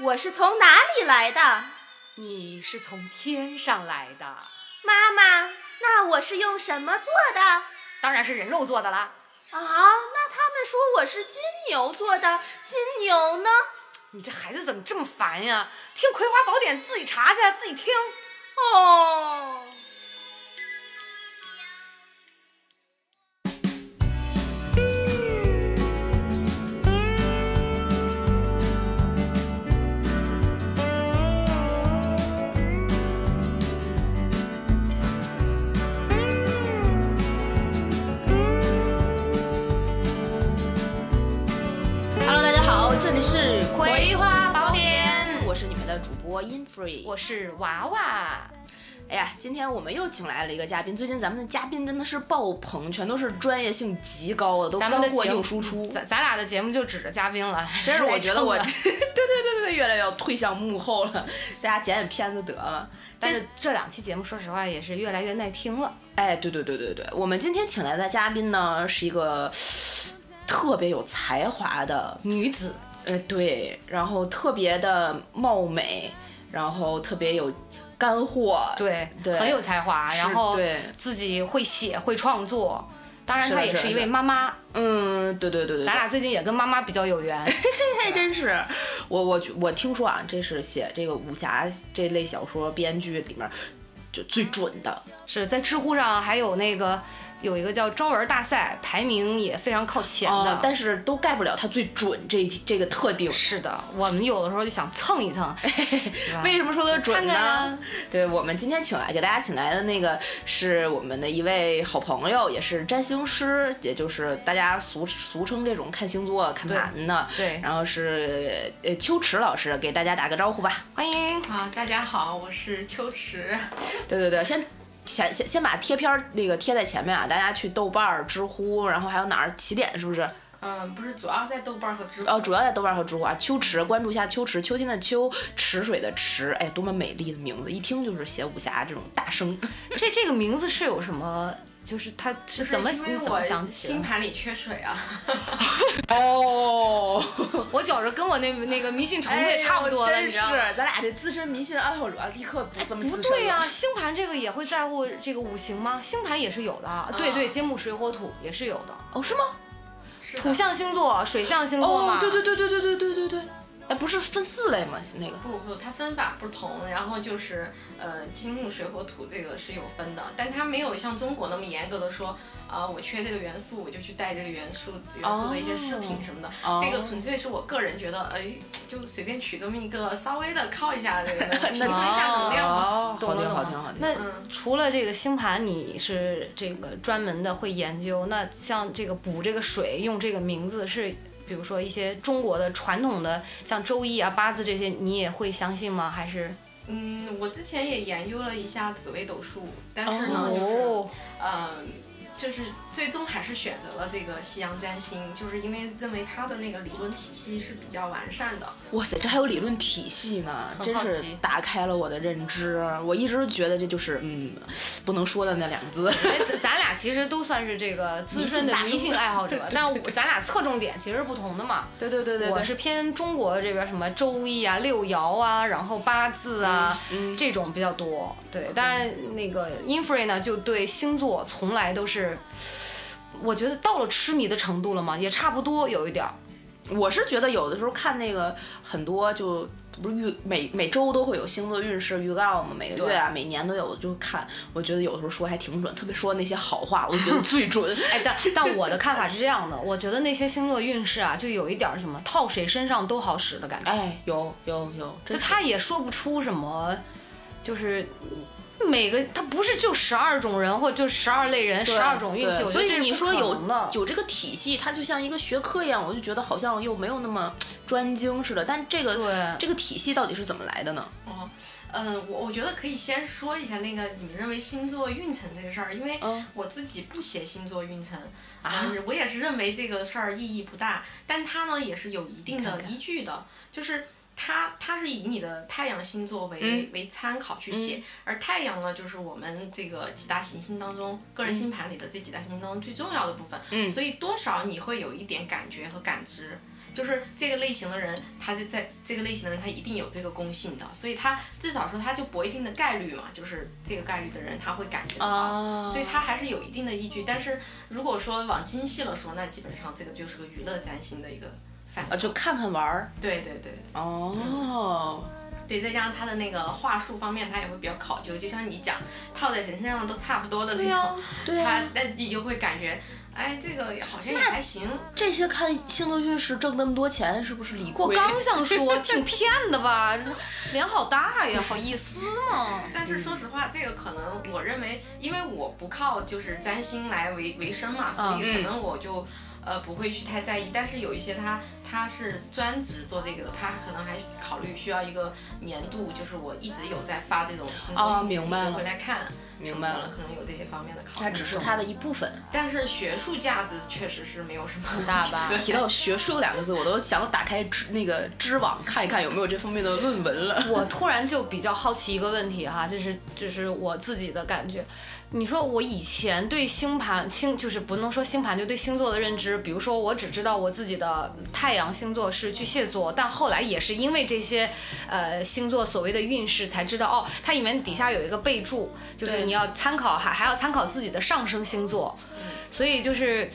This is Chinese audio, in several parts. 我是从哪里来的？你是从天上来的，妈妈，那我是用什么做的？当然是人肉做的啦。啊，那他们说我是金牛做的，金牛呢？你这孩子怎么这么烦呀？听《葵花宝典》自己查去，自己听。哦， Hello，大家好，这里是《葵花宝典我是你们的主播 Infree。我是娃娃，哎呀，今天我们又请来了一个嘉宾，最近咱们的嘉宾真的是爆棚，全都是专业性极高的，都咱干们的货节目硬输出。咱咱俩的节目就指着嘉宾了。真是我觉得我，来对撑的 对对对对，越来越要退向幕后了，大家剪剪片子得了。但但是是这两期节目，说实话也是越来越耐听了。哎，对对对对对，我们今天请来的嘉宾呢是一个特别有才华的，女子，呃，对，然后特别的貌美，然后特别有干货，对，呃对很有才华，是然后对自己会写会创作。当然，是的她也是的是一是位的妈妈。嗯，对对对对，咱俩最近也跟妈妈比较有缘。还真是，我我我听说啊，这是写这个武侠这类小说编剧里面就最准的，是在知乎上还有那个有一个叫招文大赛，排名也非常靠前的。呃哦但是都盖不了他最准这一这个特定。是的，我们有的时候就想蹭 一蹭，为什么说它啊准呢？看看呀 对我们今天请来给大家请来的那个是我们的一位好朋友，也是占星师，也就是大家俗俗称这种看星座、看盘的。对然后是呃秋池老师，给大家打个招呼吧。欢迎。啊，大家好，我是秋池。对对对，先。先先先把贴片儿那个贴在前面啊，大家去豆瓣儿、知乎，然后还有哪儿起点是不是？嗯，不是，主要在豆瓣和知乎。哦，主要在豆瓣儿和知乎啊。秋池，关注一下秋池，秋天的秋，池水的池，哎，多么美丽的名字，一听就是写武侠这种大生。这这个名字是有什么？就是他是就是怎么因为你怎我么想起星的？盘里缺水啊。 哦，我觉着跟我那那个迷信程 度哎也呦，差不多了，真你知是，道吗？咱俩这资深迷信爱好者啊立刻不这么不资深对呀、了星盘这个也会在乎这个五行吗？星盘也是有的，啊对对，嗯金木水火土也是有的。哦，是吗？是的土象星座、水象星座哦嘛，，对对对对对对对对对，哎，不是分四类吗？那个。不不，它分法不同，然后就是呃，金木水火土这个是有分的，但它没有像中国那么严格的说啊、我缺这个元素，我就去带这个元素元素的一些饰品什么的。哦这个纯粹是我个人觉得，哎，就随便取这么一个，稍微的靠一下这个平衡一下能量吧。哦，好懂了听懂好了。听好听。那嗯除了这个星盘，你是这个专门的会研究，那像这个补这个水，用这个名字是。比如说一些中国的传统的，像周易啊、八字这些，你也会相信吗？还 是嗯，我之前也研究了一下紫微斗数，但是呢，就是哦嗯，就是最终还是选择了这个西洋占星，就是因为认为它的那个理论体系是比较完善的。哇塞，这还有理论体系呢，很真好是奇打开了我的认知。我一直觉得这就是嗯，不能说的那两个字。哎咱咱俩其实都算是这个资深的迷迷信信大爱好者， 但我咱俩侧重点其实是不同的嘛。对对对我是偏中国这边什么周易啊、六爻啊，然后八字啊、嗯这种比较多。对，但那个 Infree 呢，就对星座从来都是，我觉得到了痴迷的程度了嘛，也差不多有一点儿。我是觉得有的时候看那个很多就不是预每每周都会有星座运势预告嘛，每个月啊每年都有，就看。我觉得有的时候说还挺准，特别说那些好话，我就觉得最准。哎， 但但我的看法是这样的，我觉得那些星座运势啊，就有一点儿什么套谁身上都好使的感觉，哎，有有有，就真他也说不出什么，就是。每个他不是就十二种人，或者就十二类人，十二种运气，对我觉所得以这是你不说可有能的有这个体系，它就像一个学科一样，我就觉得好像又没有那么专精似的。但这个对这个体系到底是怎么来的呢？哦，嗯，我我觉得可以先说一下那个你们认为星座运程这个事儿，因为嗯我自己不写星座运程，啊、我也是认为这个事儿意义不大，但它呢也是有一定的依据的，就是。它它是以你的太阳星座为、嗯为参考去写，而太阳呢，就是我们这个几大行星当中，个嗯人星盘里的这几大行星当中最重要的部分，所以多少你会有一点感觉和感知。就是这个类型的人，他是在这个类型的人，他一定有这个公信的，所以他至少说他就博一定的概率嘛，就是这个概率的人他会感觉得到，啊，所以他还是有一定的依据。但是如果说往精细了说，那基本上这个就是个娱乐占星的一个范啊畴。就看看玩儿对对对哦。对，再加上他的那个话术方面，他也会比较考究，就像你讲套在谁身上都差不多的这对种，呀对啊他那你就会感觉，哎，这个好像也还行。这些看星座运势挣那么多钱，是不是理亏？我刚想说， 挺骗的吧？脸好大呀，好意思吗？嗯但是说实话，这个可能我认为，因为我不靠就是占星来为为生嘛，所嗯以可能我就。呃，不会去太在意，但是有一些他他是专职做这个的，他可能还考虑需要一个年度，就是我一直有在发这种新闻，哦明白了你就回来看，明白了什么的可能有这些方面的考虑。它只是它的一部分。但是学术价值确实是没有什么很大吧？提到学术两个字，我都想打开知那个知网看一看有没有这方面的论文了。我突然就比较好奇一个问题哈，就是就是我自己的感觉。你说我以前对星盘星就是不能说星盘，就对星座的认知，比如说我只知道我自己的太阳星座是巨蟹座，但后来也是因为这些呃星座所谓的运势才知道哦，它里面底下有一个备注，就是对你要参考还还要参考自己的上升星座，所以就是。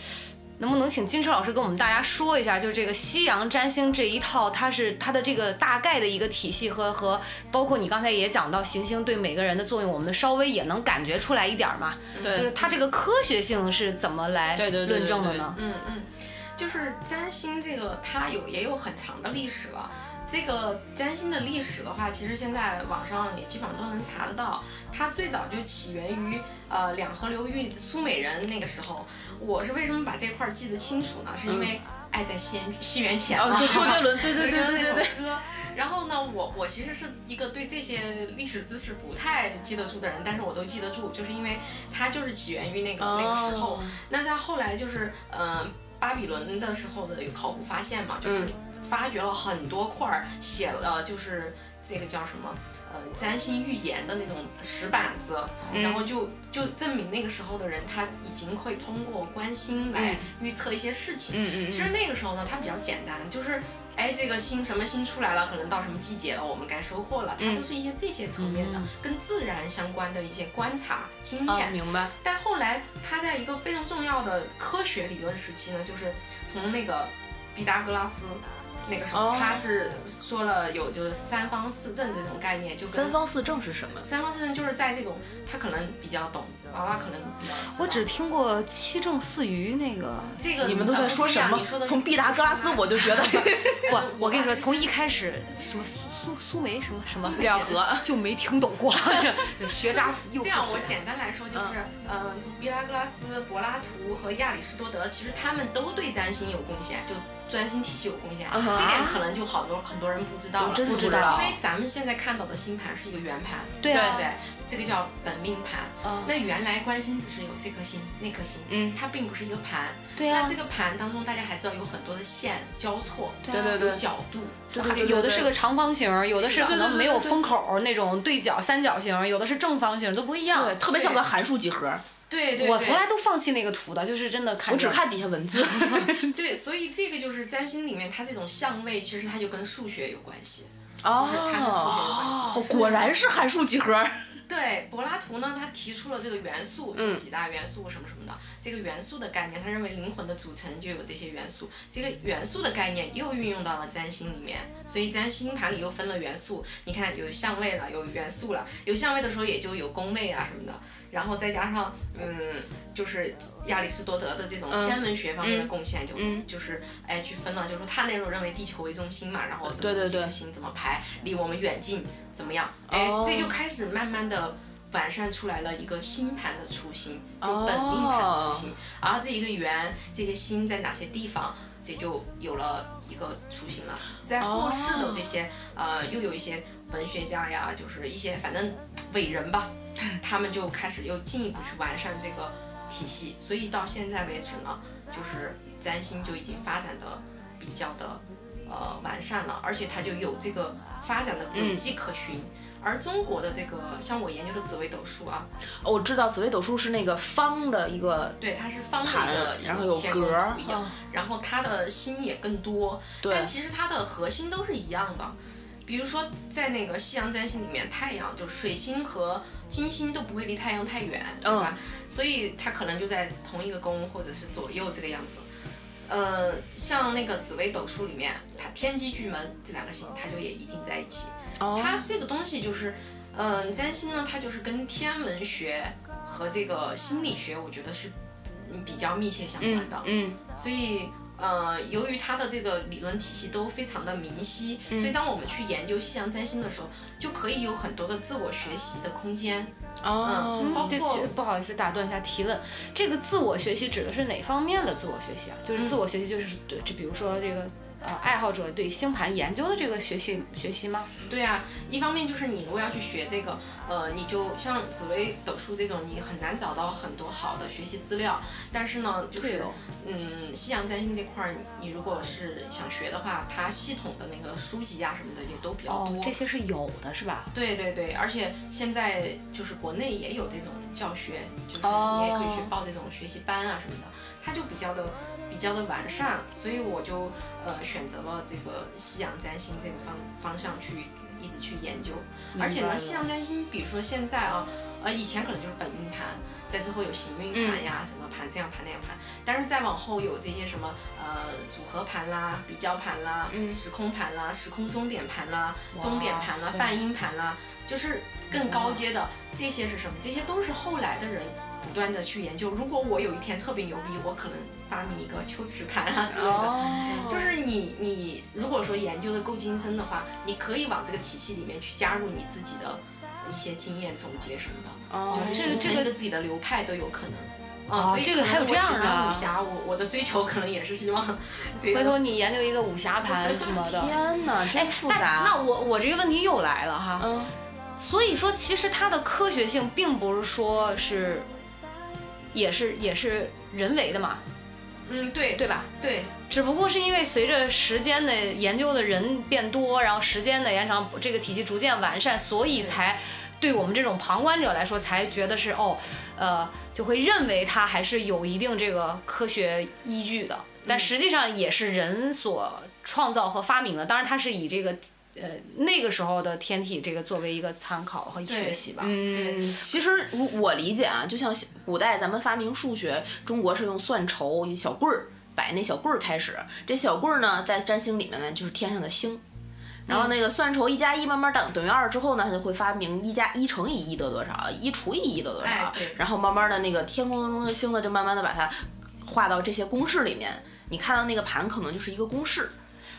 能不能请金池老师跟我们大家说一下，就是这个西洋占星这一套，它是它的这个大概的一个体系和和，包括你刚才也讲到行星对每个人的作用，我们稍微也能感觉出来一点儿嘛。对就是它这个科学性是怎么来对对对对论证的呢？ 嗯，嗯，就是占星这个，它有也有很长的历史了。这个占星的历史的话，其实现在网上也基本上都能查得到。它最早就起源于呃两河流域苏美人那个时候。我是为什么把这块儿记得清楚呢？是因为爱在西元西元前嘛。哦啊就周杰伦，对对对对对对，对歌。然后呢，我我其实是一个对这些历史知识不太记得住的人，但是我都记得住，就是因为它就是起源于那个、那个时候哦。那在后来就是，呃，巴比伦的时候的有考古发现嘛，就是发掘了很多块儿，写了就是这个叫什么，呃，占星预言的那种石板子，嗯然后就就证明那个时候的人他已经会通过观星来预测一些事情。哎嗯其实那个时候呢，它比较简单，就是哎，这个星什么星出来了，可能到什么季节了，我们该收获了，嗯它都是一些这些层面的、跟自然相关的一些观察经啊，验。明白。但后来它在一个非常重要的科学理论时期呢，就是从那个毕达哥拉斯。那个时候哦他是说了有就是三方四正这种概念，就跟三方四正是什么？三方四正就是在这种他可能比较懂，娃娃可能比较知道我只听过七正四余那个，这个你们都在说什呃不么一样你说？的是从毕达哥拉斯我就觉 得 我呃我跟你说，还是从一开始什么苏苏苏梅什么什么两河。就没听懂过， 学渣又这样是我学简单来说就是，嗯、从毕达哥拉斯、柏拉图和亚里士多德，其实他们都对占星有贡献，就占星体系有贡献。啊嗯哼这点可能就好多很多人不知道了，真不知道因为咱们现在看到的星盘是一个圆盘，对啊不对？这个叫本命盘。嗯那原来观星只是有这颗星、那颗星，嗯它并不是一个盘。对啊那这个盘当中，大家还知道有很多的线交错，对啊对对有角度，对啊对对有的是个长方形，有的是可能没有对对对对封口那种对角三角形，有的是正方形，都不一样对，。特别像个函数几何，对对对。我从来都放弃那个图的，就是真的看着。我只看底下文字。对，所以这个就是占星里面它这种相位，其实它就跟数学有关系，哦就是它跟数学有关系。哦，果然是函数几何。对，柏拉图呢，他提出了这个元素，嗯就是几大元素什么什么的，这个元素的概念，他认为灵魂的组成就有这些元素，这个元素的概念又运用到了占星里面，所以占星盘里又分了元素，你看有相位了，有元素了，有相位的时候也就有宫位啊什么的，然后再加上嗯，就是亚里士多德的这种嗯天文学方面的贡献，就、就是哎去分了，就是说他那时候认为地球为中心嘛，然后怎么对对对这个星怎么排，离我们远近怎么样，哎，哦这就开始慢慢的完善出来了一个星盘的雏形，就本命盘的雏形，然后这一个圆，这些星在哪些地方，这就有了一个雏形了。在哦后世的这些、呃，又有一些文学家呀，就是一些反正伟人吧，他们就开始又进一步去完善这个体系，所以到现在为止呢，就是占星就已经发展的比嗯较的呃完善了，而且它就有这个发展的轨迹可循。而中国的这个，像我研究的紫微斗数啊，哦我知道紫微斗数是那个方的一个，对，它是方盘的一个一个然后有天宫格儿嗯图一样，然后它的心也更多，对但其实它的核心都是一样的。比如说，在那个西洋占星里面，太阳就是水星和金星都不会离太阳太远，对吧？嗯所以它可能就在同一个宫，或者是左右这个样子。呃，像那个紫微斗数里面，它天机巨门这两个星，它就也一定在一起。哦它这个东西就是，嗯、占星呢，它就是跟天文学和这个心理学，我觉得是嗯比较密切相关的。嗯，所以，呃，由于它的这个理论体系都非常的明晰，所以当我们去研究西洋占星的时候，就可以有很多的自我学习的空间。哦，嗯，包对，括不好意思打断一下提问，这个自我学习指的是哪方面的自我学习啊？嗯就是自我学习就是对，就比如说这个呃爱好者对星盘研究的这个学习学习吗？对啊，一方面就是你如果要去学这个，呃，你就像紫微斗数这种，你很难找到很多好的学习资料。但是呢，就是、哦嗯，西洋占星这块儿，你如果是想学的话，它系统的那个书籍啊什么的也都比较哦多。，这些是有的是吧？对对对，而且现在就是国内也有这种教学，就是哦你也可以去报这种学习班啊什么的，它就比较的比较的完善，所以我就呃选择了这个西洋占星这个方方向去一直去研究，而且明白呢，了西洋占星，比如说现在啊，呃，以前可能就是本命盘，在之后有行运盘嗯呀，什么盘这样盘那样盘，但是再往后有这些什么呃组合盘啦、比较盘啦、时空盘啦、时空终点盘啦、终点盘啦、嗯塞泛音盘啦，就是更高阶的这些是什么？这些都是后来的人。不断的去研究，如果我有一天特别牛逼，我可能发明一个秋池盘啊之类的，哦就是你你如果说研究的够精深的话，你可以往这个体系里面去加入你自己的一些经验总结什么的，哦这就是个形成这个一个自己的流派都有可能。哦啊，所以这个可能还有这样我喜的啊欢武侠，我我的追求可能也是希望 这回个头你研究一个武侠盘什么的。 天哪，哎真复但那杂。我我这个问题又来了哈，嗯，所以说其实它的科学性并不是说是，也是也是人为的嘛，嗯，对对吧？对只不过是因为随着时间的研究的人变多，然后时间的延长，这个体系逐渐完善，所以才对我们这种旁观者来说，才觉得是哦，呃，就会认为它还是有一定这个科学依据的，但实际上也是人所创造和发明的。当然，它是以这个呃那个时候的天体这个作为一个参考和学习吧。对，嗯其实我我理解啊，就像古代咱们发明数学，中国是用算筹、一小棍儿摆那小棍儿开始。这小棍儿呢，在占星里面呢，就是天上的星。然嗯后那个算筹一加一慢慢等等于二之后呢，它就会发明一加一乘以一得多少，一除以一得多少哎对。然后慢慢的那个天空当中的星呢，就慢慢的把它画到这些公式里面。你看到那个盘可能就是一个公式，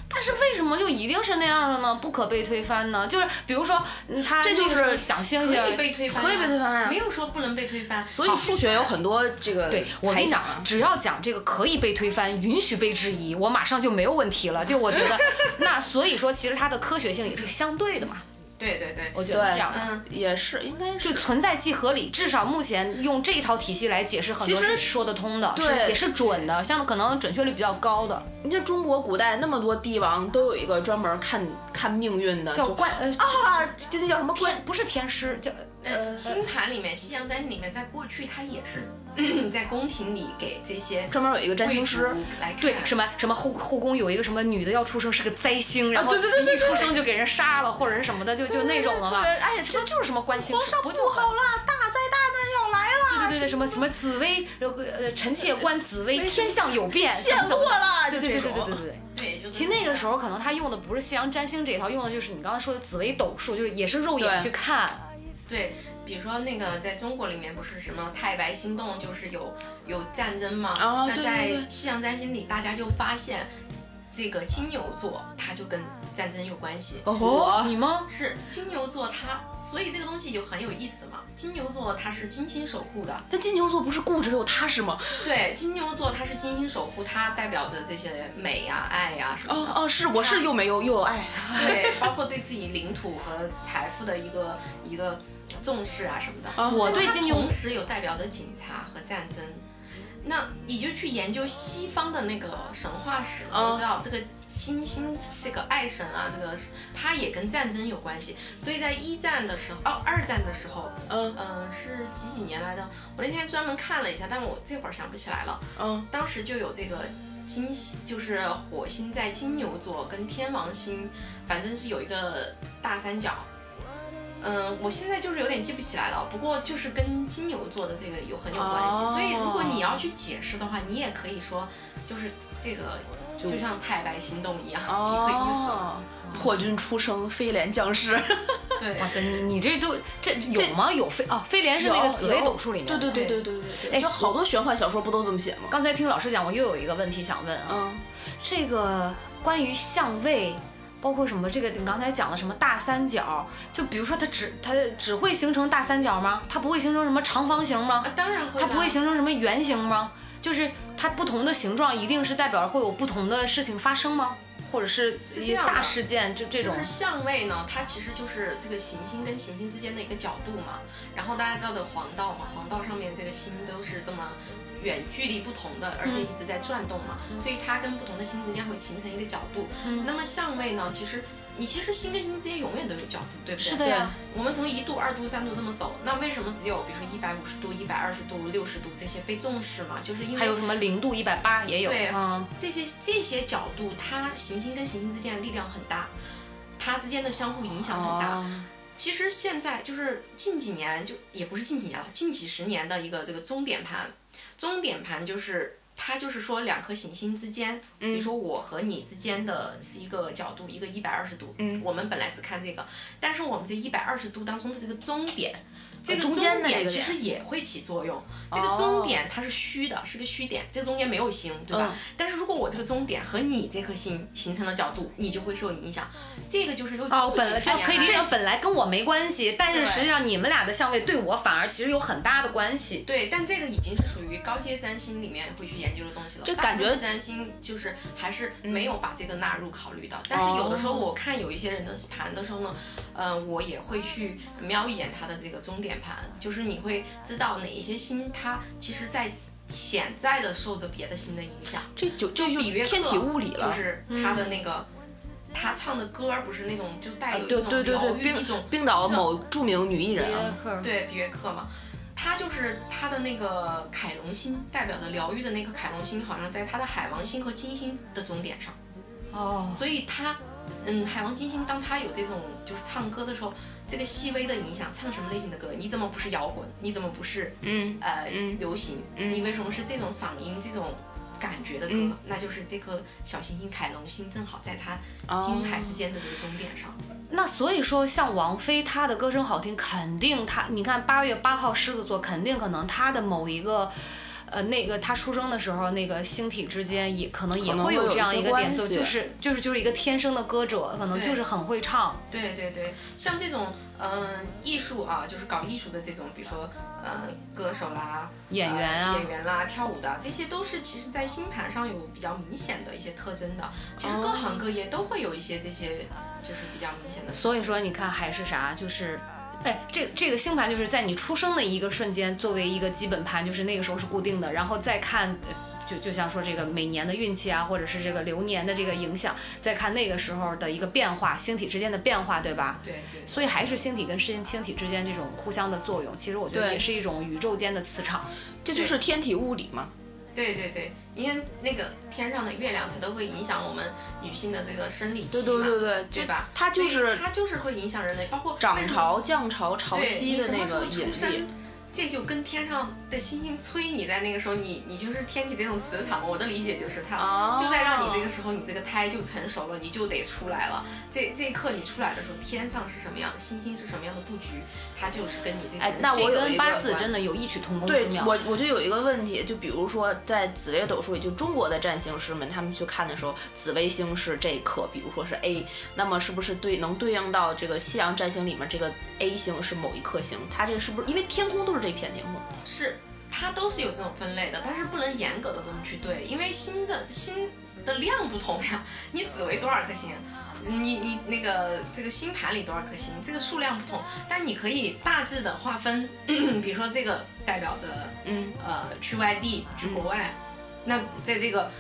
但是为什么就一定是那样的呢？不可被推翻呢？就是比如说，嗯它这就是那个时候想星星可以被推翻啊，可以被推翻啊没有说不能被推翻。所以数学有很多这个对，我跟猜你想讲啊，。只要讲这个可以被推翻、允许被质疑，我马上就没有问 题了。就我觉得，那所以说，其实它的科学性也是相对的嘛，对对对，我觉得是对这样的。嗯，也是，应该是就存在即合理，至少目前用这一套体系来解释很多其实是说得通的，对是也是准的，像可能准确率比较高的，你像中国古代那么多帝王，都有一个专门看看命运的，叫就关呃啊，这那叫什么关？不是天师，叫呃，星盘里面，西洋占星里面，在过去它也是 在宫廷里给这些专门有一个占星师贵，族来看对什么什么后后宫有一个什么女的要出生是个灾星，然后啊对对对对一出生就给人杀了或者是什么的，就就那种了嘛。哎，就就是什么关心，不就好啊了，大灾大难要来了，对对对对，什么什么紫薇，呃，臣妾观紫薇，天象有变，陷哎怎么怎落么了，对就对对这对对种对对对。对，就是其实那个时候可能他用的不是西洋占星这一套，用的就是你刚才说的紫微斗数，就是也是肉眼对去看。对，比如说那个在中国里面不是什么太白心动，就是有有战争嘛。啊那对对对在西洋占星里，大家就发现这个金牛座它就跟战争有关哦系。我你吗？是金牛座它，所以这个东西就很有意思嘛。金牛座它是金星守护的，但金牛座不是固执又踏实吗？对，金牛座它是金星守护，它代表着这些美呀、爱呀、什么哦的。哦，是我啊是又没有又有哎爱，对，包括对自己领土和财富的一个一个重视啊什么的。啊我哦对它金牛同时有代表着警察和战争。那你就去研究西方的那个神话史，哦嗯哦我知道这个金星这个爱神啊，这个它也跟战争有关系，所以在一战的时候，哦，二战的时候，嗯嗯、是几几年来的？我那天专门看了一下，但我这会儿想不起来了。嗯当时就有这个金星，就是火星在金牛座跟天王星，反正是有一个大三角。嗯，我现在就是有点记不起来了，不过就是跟金牛座的这个有很有关系。哦所以如果你要去解释的话，你也可以说，就是这个就就像太白心动一样，哦，嗯破军出生，飞廉降世，这个意思。哇对，塞，你你这都这有吗？有飞啊，飞廉是那个紫薇斗数里面的。对对对对对对对，哎，这好多玄幻小说不都这么写吗？刚才听老师讲，我又有一个问题想问啊，嗯，这个关于相位。包括什么？这个你刚才讲的什么大三角？就比如说它只它只会形成大三角吗？它不会形成什么长方形吗啊？，当然会它啦。不会形成什么圆形吗？就是它不同的形状一定是代表会有不同的事情发生吗？或者是是一这样的大事件就这就种是相位呢，它其实就是这个行星跟行星之间的一个角度嘛。然后大家知道这个黄道嘛，黄道上面这个星都是这么远距离不同的，嗯而且一直在转动嘛，所以它跟不同的星之间会形成一个角度。嗯那么相位呢，其实你其实星跟星之间永远都有角度，对不对？是的呀，我们从一度、二度、三度这么走，那为什么只有比如说一百五十度、一百二十度、六十度这些被重视嘛？就是因为还有什么零度一百八也有，对嗯，这些这些角度，它行星跟行星之间的力量很大，它之间的相互影响很大。哦其实现在就是近几年，就也不是近几年了，近几十年的一个这个终点盘。终点盘就是它就是说两颗行星之间，比如说我和你之间的是一个角度，一个一百二十度。嗯我们本来只看这个，但是我们这一百二十度当中的这个终点，这个中终间的那点个其点实也会起作用。这个终点它是虚的，是个虚点，这个中间没有星，对吧？嗯但是如果我这个终点和你这颗星形成了角度，你就会受影响。这个就是有哦，本来来就可以理解成本来跟我没关系，但是对实际上你们俩的相位对我反而其实有很大的关系。对，但这个已经是属于高阶占星里面会去研究的东西了。就大感部觉嗯分占星就是还是没有把这个纳入考虑到。但是有的时候哦我看有一些人的盘的时候呢，呃，我也会去瞄一眼他的这个终点盘，就是你会知道哪一些星它其实在潜在的受着别的星的影响。这就就就比约克天体物理了，嗯就是他的那个。他唱的歌儿不是那种就带有一啊对种对对对疗，愈一种冰冰岛某著名女艺人啊，对，比约克嘛，他就是他的那个凯龙星，代表着疗愈的那个凯龙星，好像在他的海王星和金星的终点上，哦，所以他，嗯，海王金星，当他有这种就是唱歌的时候，这个细微的影响，唱什么类型的歌？你怎么不是摇滚？你怎么不是嗯呃、嗯流行？嗯你为什么是这种嗓音这种？感觉的歌，嗯那就是这颗小行星凯龙星正好在它哦金海之间的这个终点上。那所以说，像王菲，她的歌声好听，肯定她，你看八月八号狮子座，肯定可能她的某一个。呃，那个她出生的时候，那个星体之间也可能也可能会会有这样一些一个关点，就系就是就是就是一个天生的歌者，可能对就是很会唱。对对对，像这种嗯、艺术啊，就是搞艺术的这种，比如说嗯、歌手啦、演员哎啊呃演员啦、跳舞的啊，这些都是其实在星盘上有比较明显的一些特征的。其实各哦行各业都会有一些这些，就是比较明显的特征。所以说，你看还是啥，就是，哎，这这个星盘就是在你出生的一个瞬间，作为一个基本盘，就是那个时候是固定的，然后再看。呃就就像说这个每年的运气啊，或者是这个流年的这个影响，再看那个时候的一个变化，星体之间的变化，对吧？对对，所以还是星体跟星星体之间这种互相的作用，其实我觉得对也是一种宇宙间的磁场。这就是天体物理嘛。对对对，你看那个天上的月亮，它都会影响我们女性的这个生理期对嘛，对对对，对吧？它就所以是它就是会影响人类，包括涨为什么潮、降潮、潮对汐你的什那么时个候引出力生，，这就跟天上的星星催你，在那个时候，你你就是天体这种磁场。我的理解就是它，哦就在让你这个时候，你这个胎就成熟了，你就得出来了。这这一刻你出来的时候，天上是什么样的，星星是什么样的布局，它就是跟你这个哎人那这我个有跟一八个字真的有异曲同工之对妙。我，我就有一个问题，就比如说在紫微斗数里，就中国的占星师们他们去看的时候，紫微星是这一颗，比如说是 A，那么是不是对能对应到这个西洋占星里面这个 A 星是某一颗星？它这个是不是因为天空都是这片天空？是它都是有这种分类的，但是不能严格的这么去对，因为星的星的量不同呀。你紫薇多少颗星？你你那个这个星盘里多少颗星？这个数量不同，但你可以大致的划分， 比如说这个代表着嗯，呃去外地去国外，那在这个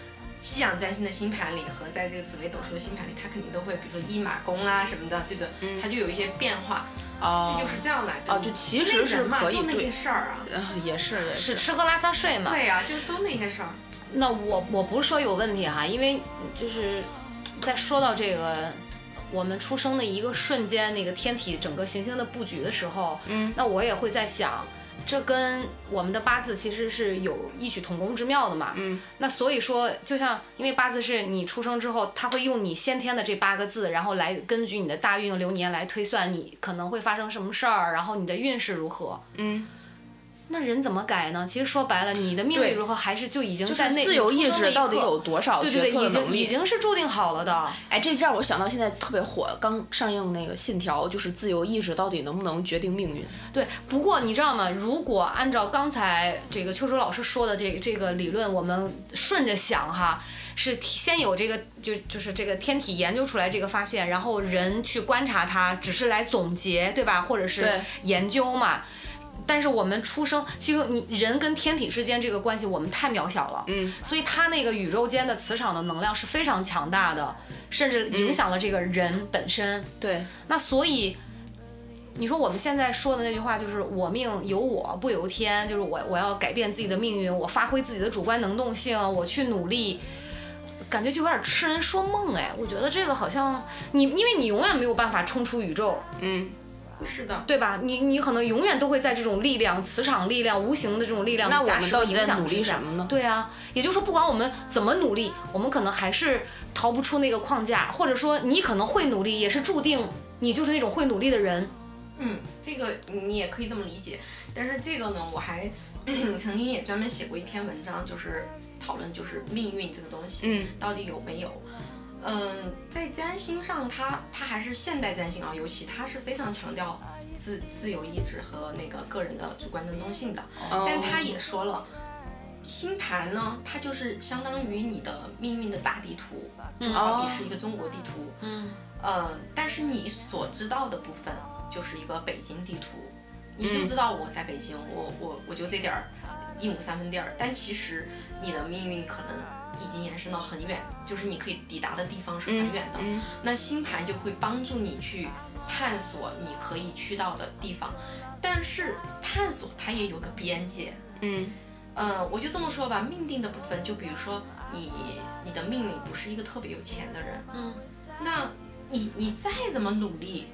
西洋占星的星盘里和在这个紫微斗数的星盘里，它肯定都会，比如说一马宫啊什么的，这种它就有一些变化，嗯哦这就是这样来的。哦，就其实那是人嘛，可以就那对些，事儿啊。呃也是也是吃喝拉撒睡嘛。对呀、就都那些事儿。那我我不是说有问题哈，因为就是在说到这个我们出生的一个瞬间，那个天体整个行星的布局的时候，嗯，那我也会在想。这跟我们的八字其实是有异曲同工之妙的嘛。嗯，那所以说，就像因为八字是你出生之后，它会用你先天的这八个字，然后来根据你的大运流年来推算你可能会发生什么事儿，然后你的运势如何。嗯，那人怎么改呢？其实说白了，你的命对运如何，还是就已经就在是那自你由出意生那志一到底刻有多少对决对对，策的已能经已力？经是注定好了的。哎，这让我想到现在特别火，刚上映那个《信条》，就是自由意志到底能不能决定命运？对，不过你知道吗？如果按照刚才这个秋竹老师说的这这个理论，我们顺着想哈，是先有这个就就是这个天体研究出来这个发现，然后人去观察它，只是来总结对吧？或者是对研究嘛。但是我们出生，其实你人跟天体之间这个关系，我们太渺小了，嗯，所以它那个宇宙间的磁场的能量是非常强大的，甚至影响了这个人本身。对，那所以，你说我们现在说的那句话就是“我命由我不由天”，就是我我要改变自己的命运，我发挥自己的主观能动性，我去努力。感觉就有点痴人说梦哎，我觉得这个好像你，因为你永远没有办法冲出宇宙，是的，对吧？你你可能永远都会在这种力量、磁场力量、无形的这种力量那我加们持到和底影在响努之力下什么呢？对啊，也就是说，不管我们怎么努力，我们可能还是逃不出那个框架，或者说你可能会努力，也是注定你就是那种会努力的人。嗯，这个你也可以这么理解。但是这个呢，我还 曾经也专门写过一篇文章，就是讨论就是命运这个东西，嗯，到底有没有？嗯，在占星上它，它还是现代占星啊，尤其它是非常强调自自由意志和那个个人的主观能动性的。哦哦但他也说了，星盘呢，它就是相当于你的命运的大地图，就好比是一个中国地图。嗯，呃，但是你所知道的部分就是一个北京地图，你就知道我在北京，我我我就这点儿一亩三分地儿，但其实你的命运可能已经延伸到很远，就是你可以抵达的地方是很远的。那星盘就会帮助你去探索你可以去到的地方，但是探索它也有个边界。嗯，呃，我就这么说吧，命定的部分，就比如说你你的命里不是一个特别有钱的人，嗯，那你你再怎么努力，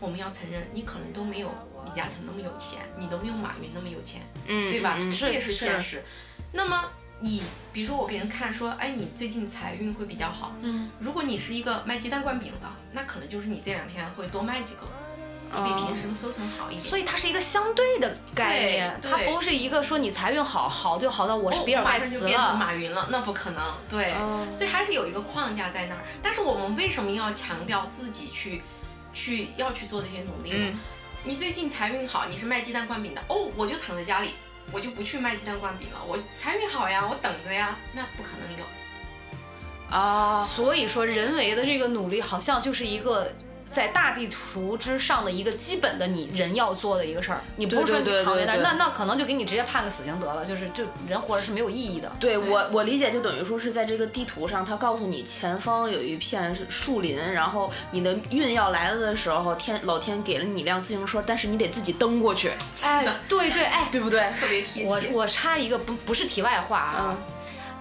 我们要承认你可能都没有李嘉诚那么有钱，你都没有马云那么有钱，嗯对吧？嗯这也是现实。那么你比如说我给人看说，哎，你最近财运会比较好，嗯，如果你是一个卖鸡蛋灌饼的，那可能就是你这两天会多卖几个，你比平时的收成好一点。嗯所以它是一个相对的概念，对它对不是一个说你财运好，好就好到我是比尔哦马盖上就茨变成了。嗯哦马云了，那不可能。对，所以还是有一个框架在那儿。但是我们为什么要强调自己去去要去做这些努力呢？嗯你最近财运好，你是卖鸡蛋灌饼的哦，我就躺在家里，我就不去卖鸡蛋灌饼了，我财运好呀，我等着呀，那不可能有。啊，所以说，人为的这个努力好像就是一个。在大地图之上的一个基本的你人要做的一个事儿，你不是说对对对你躺在那儿，对对那那可能就给你直接判个死刑得了，就是就人活着是没有意义的。对我我理解就等于说是在这个地图上，它告诉你前方有一片树林，然后你的运要来了的时候，天老天给了你一辆自行车，但是你得自己蹬过去， 哎，对对，哎，对不对？特别 贴我切。我插一个不不是题外话啊，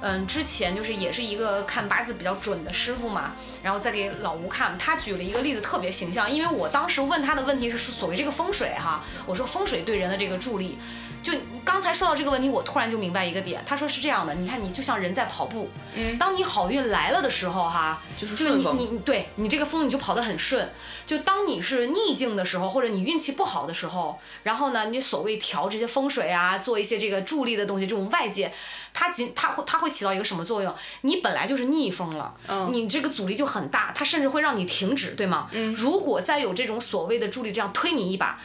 嗯，之前就是也是一个看八字比较准的师傅嘛，然后再给老吴看，他举了一个例子特别形象，因为我当时问他的问题是是所谓这个风水哈，我说风水对人的这个助力，就刚才说到这个问题，我突然就明白一个点，他说是这样的，你看你就像人在跑步，嗯，当你好运来了的时候哈，就是就顺是你风你对你这个风你就跑得很顺，就当你是逆境的时候，或者你运气不好的时候，然后呢，你所谓调这些风水啊，做一些这个助力的东西，这种外界，它仅它会它会起到一个什么作用？你本来就是逆风了，你这个阻力就很大，它甚至会让你停止，对吗？如果再有这种所谓的助力这样推你一把，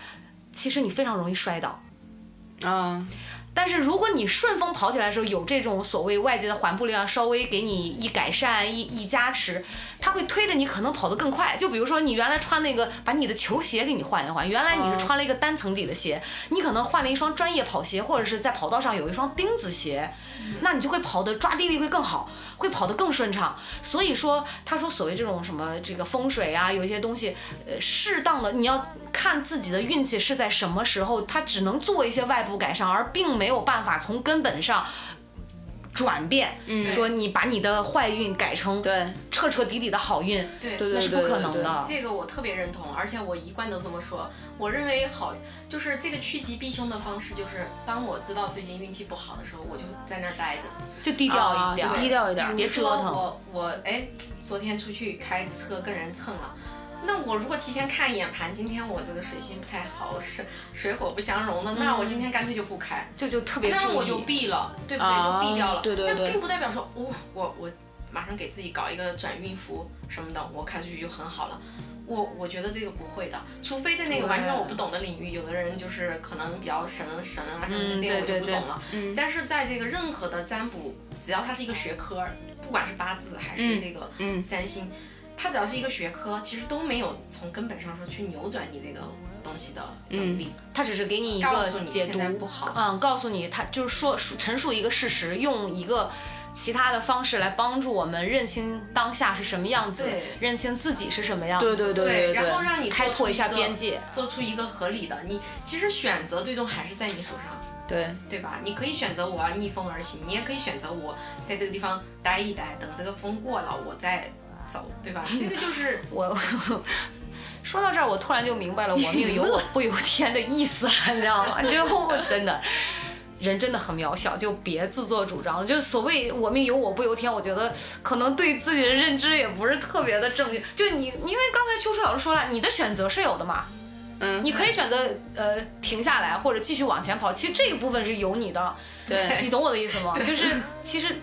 其实你非常容易摔倒。啊，但是如果你顺风跑起来的时候，有这种所谓外界的缓步力量稍微给你一改善、一一加持，它会推着你可能跑得更快。就比如说你原来穿那个，把你的球鞋给你换一换，原来你是穿了一个单层底的鞋，你可能换了一双专业跑鞋，或者是在跑道上有一双钉子鞋，那你就会跑得抓地力会更好，会跑得更顺畅。所以说，他说所谓这种什么这个风水啊，有一些东西，呃，适当的你要看自己的运气是在什么时候，它只能做一些外部改善，而并没有办法从根本上转变。嗯说你把你的坏运改成对彻彻底底的好运，对对那对是不对可对能对的。这个我特别认同，而且我一贯都这么说。我认为好，就是这个趋吉避凶的方式，就是当我知道最近运气不好的时候，我就在那儿待着，就低调一点啊儿。低调一点儿别折腾比如说我我哎，昨天出去开车跟人蹭了。那我如果提前看一眼盘，今天我这个水性不太好，是水火不相容的，那嗯我今天干脆就不开，就就特别那注意，我就避了，对不对？啊就避掉了。对对对但并不代表说，我我我马上给自己搞一个转运符什么的，我看上去就很好了。我我觉得这个不会的，除非在那个完全我不懂的领域，有的人就是可能比较神神啊什么的，嗯这个我就对对不对懂了。嗯但是在这个任何的占卜，只要它是一个学科，不管是八字还是嗯这个嗯占星，它只要是一个学科，其实都没有从根本上说去扭转你这个东西的能力。他只是给嗯你一告个诉你解现在读不好，嗯，告诉你他就是说述陈述一个事实，用一个其他的方式来帮助我们认清当下是什么样子对，认清自己是什么样子，对对对对然后让你开做出拓一下个边界。做出一个合理的。你其实选择最终还是在你手上，对对吧？你可以选择我要逆风而行，你也可以选择我在这个地方待一待，等这个风过了我再走，对吧？这个就是我 说到这儿，我突然就明白了“我命由我不由天”的意思了，你知道吗？ 就真的。人真的很渺小，就别自作主张。就所谓“我命由我不由天”，我觉得可能对自己的认知也不是特别的正确。就你，因为刚才秋水老师说了，你的选择是有的嘛，嗯你可以选择呃停下来或者继续往前跑，其实这个部分是由你的，对 你懂我的意思吗？就是其实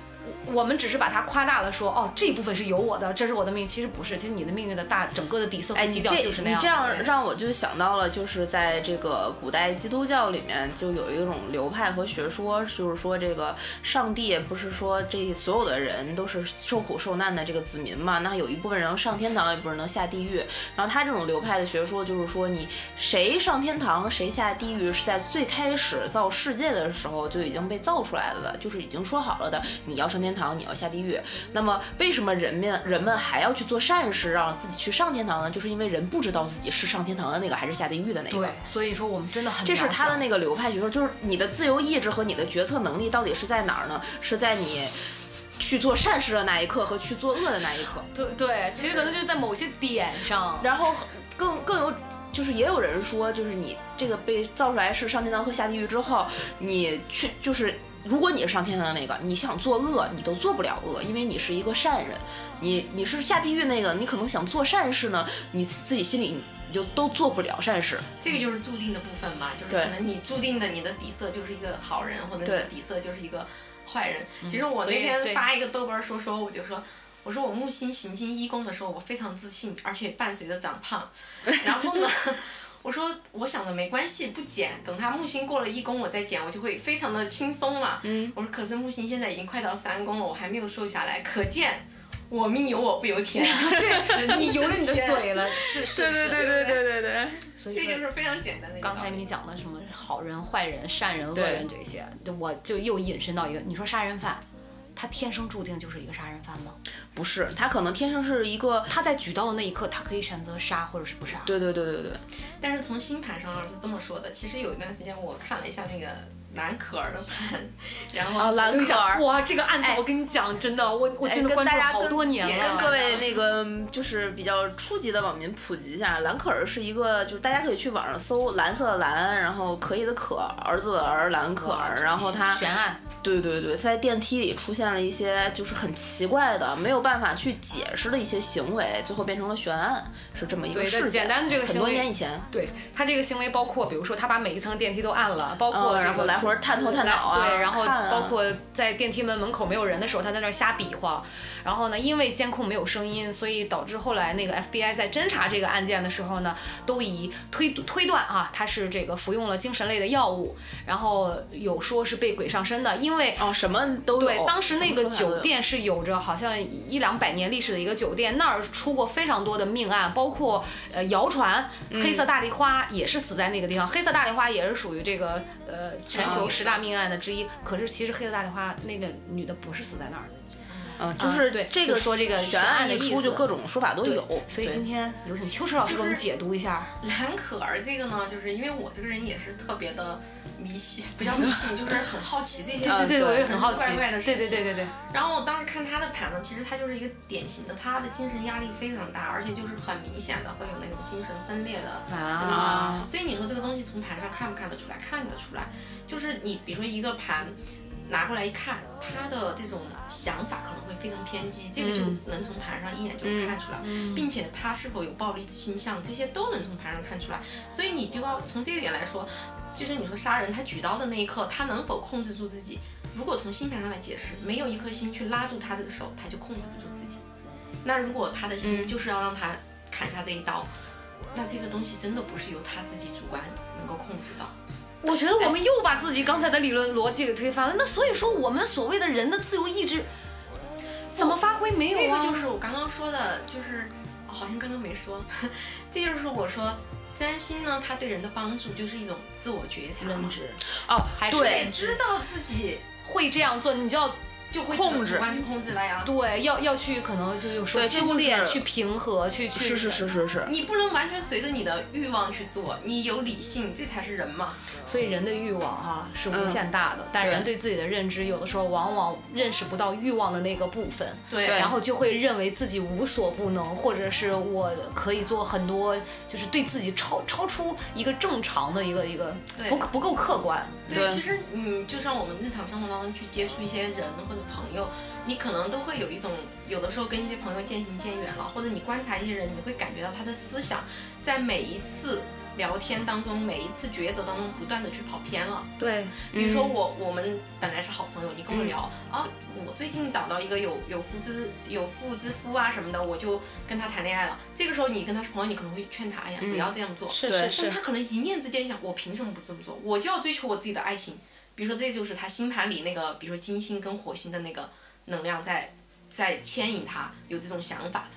我们只是把它夸大了说，哦这部分是由我的，这是我的命，其实不是，其实你的命运的大整个的底色哎，和你基这调就是那你样这的。样让我就想到了，就是在这个古代基督教里面，就有一种流派和学说，就是说这个上帝不是说这所有的人都是受苦受难的这个子民嘛？那有一部分人能上天堂，有一部分人能下地狱。然后他这种流派的学说就是说，你谁上天堂，谁下地狱，是在最开始造世界的时候就已经被造出来了的，就是已经说好了的，你要上天堂，你要下地狱。那么为什么人们人们还要去做善事，让自己去上天堂呢？就是因为人不知道自己是上天堂的那个还是下地狱的那对个。，所以说我们真的很这是渺他小的那个流派学说，就是你的自由意志和你的决策能力到底是在哪儿呢？是在你去做善事的那一刻和去做恶的那一刻。对对，其实可能就是在某些点上，然后更更有，就是也有人说，就是你这个被造出来是上天堂和下地狱之后，你去就是。如果你是上天堂的那个，你想做恶，你都做不了恶，因为你是一个善人。你你是下地狱那个，你可能想做善事呢，你自己心里你就都做不了善事。这个就是注定的部分吧，就是对可能你注定的你的底色就是一个好人，或者你的对底色就是一个坏人。其实我嗯所以那天对发一个豆瓣说说，我就说。我说我木星行进一宫的时候，我非常自信，而且伴随着 长胖。然后呢，我说我想着没关系，不减，等它木星过了一宫我再减，我就会非常的轻松嘛。嗯我说可是木星现在已经快到三宫了，我还没有瘦下来，可见我命由我不由 天。对，你由着你的天，嘴了，是是是，对对对对所以这就说。是非常简单的一个道刚理。才你讲的什么好人、坏人、善人、恶对人这些，我就又引申到一个，你说杀人犯，他天生注定就是一个杀人犯吗？不是，他可能天生是一个，他在举刀的那一刻，他可以选择杀或者是不杀。对对对对对，但是从星盘上是这么说的，其实有一段时间我看了一下那个蓝可儿的盘， 然后啊蓝可儿哇，这个案子我跟你讲，真的，我我哎真的跟关注大了家好跟多年也了。啊跟各位那个嗯就是比较初级的网民普及一下，蓝可儿是一个，就是大家可以去网上搜蓝色的蓝，然后可以的可，儿子的儿，蓝可哇儿，然后他悬案，对对对，他在电梯里出现了一些就是很奇怪的、没有办法去解释的一些行为，最后变成了悬案，是这么一个对事件。简单的这个很行多为年以前，对他这个行为包括，比如说他把每一层的电梯都按了，包括、嗯然后来回探头探脑啊，对，然后看啊包括在电梯门门口没有人的时候，他在那儿瞎比划。然后呢，因为监控没有声音，所以导致后来那个 FBI 在侦查这个案件的时候呢，都以推推断啊，他是这个服用了精神类的药物，然后有说是被鬼上身的，因为哦，什么都有。对，当时那什个么说法都酒有店是有着好像一两百年历史的一个酒店，那儿出过非常多的命案，包括呃谣传黑色大丽花也是死在那个地方，黑色大丽花也是属于这个呃全球啊十大命案的之一。可是其实黑色大丽花那个女的不是死在那儿的，嗯，就啊是对这就个说这个悬案案的一意出，思就各种说法都有。所以对今天有请秋实老师给我们就是解读一下。蓝可儿这个呢，就是因为我这个人也是特别的 迷信，不叫迷信，就是很好奇这些。对 对我我也也很很好好奇奇。对对对对对，然后我当时看他的盘呢，其实他就是一个典型的，他的精神压力非常大，而且就是很明显的会有那种精神分裂的症状。啊所以你说这个东西从盘上看不看得出来？看得出来，就是你比如说一个盘拿过来一看，他的这种想法可能会非常偏激，这个就嗯能从盘上一眼就能看出来，并且他是否有暴力倾向，这些都能从盘上看出来。所以你就要从这一点来说，就像你说杀人，他举刀的那一刻，他能否控制住自己？如果从星盘上来解释，没有一颗星去拉住他这个手，他就控制不住自己。那如果他的嗯心就是要让他砍下这一刀，那这个东西真的不是由他自己主观能够控制的。我觉得我们又把自己刚才的理论逻辑给推翻了。那所以说，我们所谓的人的自由意志怎么发挥没有这啊？个就是我刚刚说的，就是哦好像刚刚没说， 这就是我说占星呢，它对人的帮助就是一种自我觉察嘛，知哦，还是对得知道自己会这样做，你就要就会控怎么制主观去控制了呀。对要要去可能就有时候对这修就是炼、去平和、去去是是是是是，你不能完全随着你的欲望去做，你有理性，这才是人嘛。所以人的欲望哈、是无限大的，嗯但对人对自己的认知有的时候往往认识不到欲望的那个部分，对然后就会认为自己无所不能，或者是我可以做很多，就是对自己超超出一个正常的一个一个对不不够客观，对，对其实嗯，就像我们日常生活当中去接触一些人或者朋友，你可能都会有一种，有的时候跟一些朋友渐行渐远了，或者你观察一些人，你会感觉到他的思想在每一次聊天当中、每一次抉择当中不断的去跑偏了。对，比如说我我们本来是好朋友，你跟我聊、啊，我最近找到一个有有夫之有妇之夫啊什么的，我就跟他谈恋爱了。这个时候你跟他是朋友，你可能会劝他，哎呀，不要这样做。是对是但是，他可能一念之间想，我凭什么不这么做？我就要追求我自己的爱情。比如说，这就是他星盘里那个，比如说金星跟火星的那个能量在在牵引他有这种想法。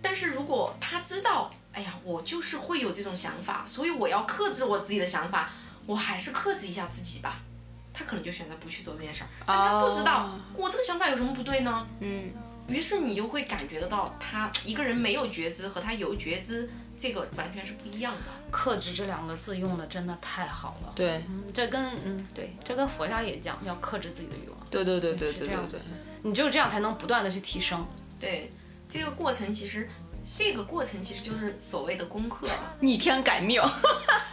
但是如果他知道，哎呀，我就是会有这种想法，所以我要克制我自己的想法，我还是克制一下自己吧。他可能就选择不去做这件事儿，但他不知道、哦我这个想法有什么不对呢？嗯，于是你就会感觉得到他，一个人没有觉知和他有觉知，这个完全是不一样的。克制这两个字用的真的太好了。对嗯，这跟嗯对，这跟佛家也讲，要克制自己的欲望，对对对对是对这对样对，你只有这样才能不断的去提升。对，这个过程其实，这个过程其实就是所谓的功课吧。逆天改 命，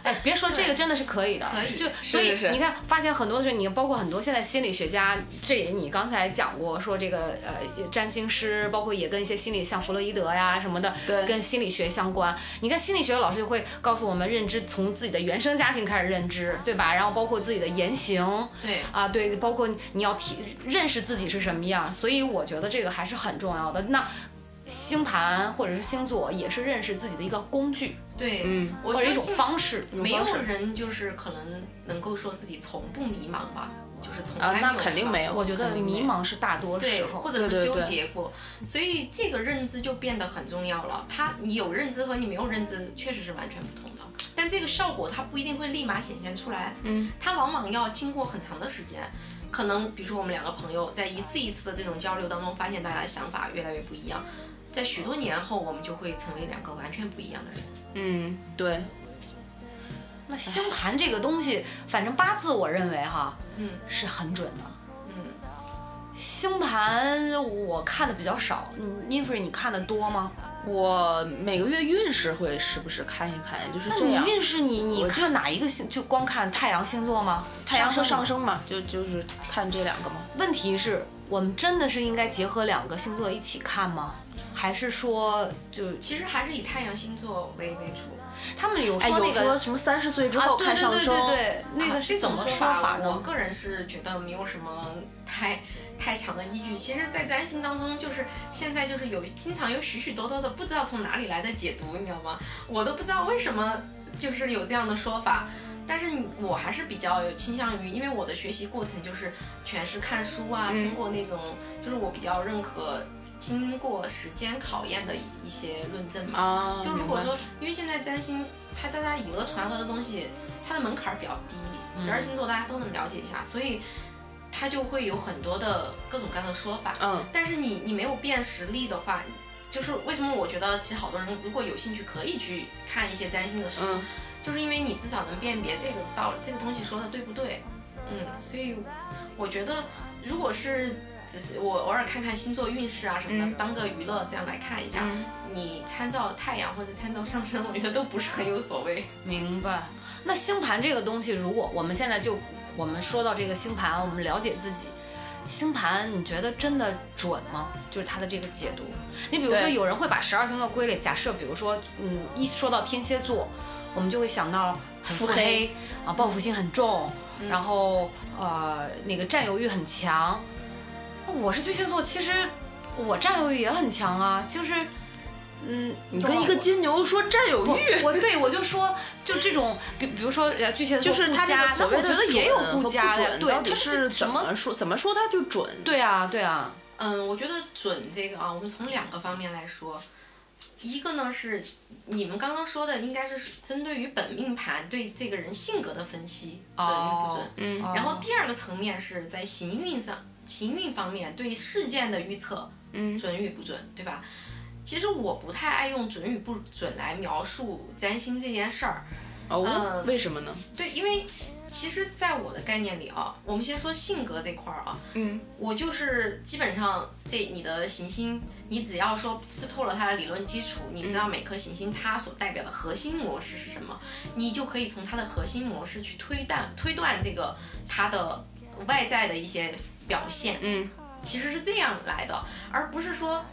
哎，别说这个真的是可以的，可以就是所以是是你看，发现很多的事，你包括很多现在心理学家，这也你刚才讲过，说这个呃占星师，包括也跟一些心理像弗洛伊德呀什么的，对跟心理学相关。你看心理学老师就会告诉我们，认知从自己的原生家庭开始认知，对吧？然后包括自己的言行，对，啊，对，包括你要提认识自己是什么样，所以我觉得这个还是很重要的。那星盘或者是星座也是认识自己的一个工具对，嗯或我者相一种信方式。没方有式人就是可能能够说自己从不迷茫吧，就是从啊来，没有、那肯定没。有，我觉得肯定没迷有。茫是大多对，时候，或者对说对纠对结过，所以这个认知就变得很重要了。他你有认知和你没有认知确实是完全不同的，但这个效果它不一定会立马显现出来，嗯，它往往要经过很长的时间。可能比如说我们两个朋友在一次一次的这种交流当中，发现大家的想法越来越不一样，在许多年后，我们就会成为两个完全不一样的人。嗯，对，那星盘这个东西，反正八字我认为哈嗯是很准的。嗯，嗯星盘我看的比较少，你 i n f r 你看的多吗？我每个月运势会时不时看一看，就是那这你样。运势你你我看哪一个星？就光看太阳星座吗？太阳和上上升。升嘛，就就是看这两个嘛。问题是我们真的是应该结合两个星座一起看吗？还是说就其实还是以太阳星座为为主。他们有哎，说有那个说什么三十岁之啊后对看对上对升，对对，那个啊这是怎种么说法我呢？个人是觉得没有什么太太强的依据。其实，在占星当中，就是现在就是有经常有许许多多的不知道从哪里来的解读，你知道吗？我都不知道为什么就是有这样的说法。但是你我还是比较有倾向于，因为我的学习过程就是全是看书啊，通嗯过那种就是我比较认可经过时间考验的一一些论证嘛。啊，就如果明白说，因为现在占星，它大家以讹传讹的东西，它的门槛儿比较低，十嗯二星座大家都能了解一下，所以它就会有很多的各种各样的说法。嗯但是你你没有辨识力的话，就是为什么我觉得其实好多人如果有兴趣可以去看一些占星的书，嗯，就是因为你至少能辨别这个道这个东西说的对不对，嗯，所以我觉得如果是只是我偶尔看看星座运势啊什么的，当个娱乐这样来看一下，你参照太阳或者参照上升，我觉得都不是很有所谓。明白。那星盘这个东西，如果我们现在就我们说到这个星盘，我们了解自己，星盘你觉得真的准吗？就是它的这个解读。你比如说，对有人会把十二星座归类，假设比如说，嗯，一说到天蝎座，我们就会想到很腹腹黑嗯啊，报复心很重，然后呃，那个占有欲很强。那我是巨蟹座，其实我占有欲也很强啊，就是。嗯，你懂跟吗一个我金牛说占有不欲，， 我对我就说，就这种，比比如说呃巨蟹就座是顾他这家个所谓那的我觉得也有准和顾家的，准对，到底他是什怎么？么说？怎么说它就准？对啊，对啊，嗯，我觉得准这个啊，我们从两个方面来说，一个呢是你们刚刚说的，应该是针对于本命盘对这个人性格的分析，准与不准。哦嗯然后第二个层面是在行运上，行运方面对事件的预测，嗯准与不准，对吧？其实我不太爱用准与不准来描述占星这件事儿，哦嗯，为什么呢？对，因为其实在我的概念里啊，我们先说性格这块儿啊，嗯，我就是基本上这你的行星，你只要说吃透了它的理论基础，你知道每颗行星它所代表的核心模式是什么，你就可以从它的核心模式去推断推断这个它的外在的一些表现，嗯，其实是这样来的，而不是说，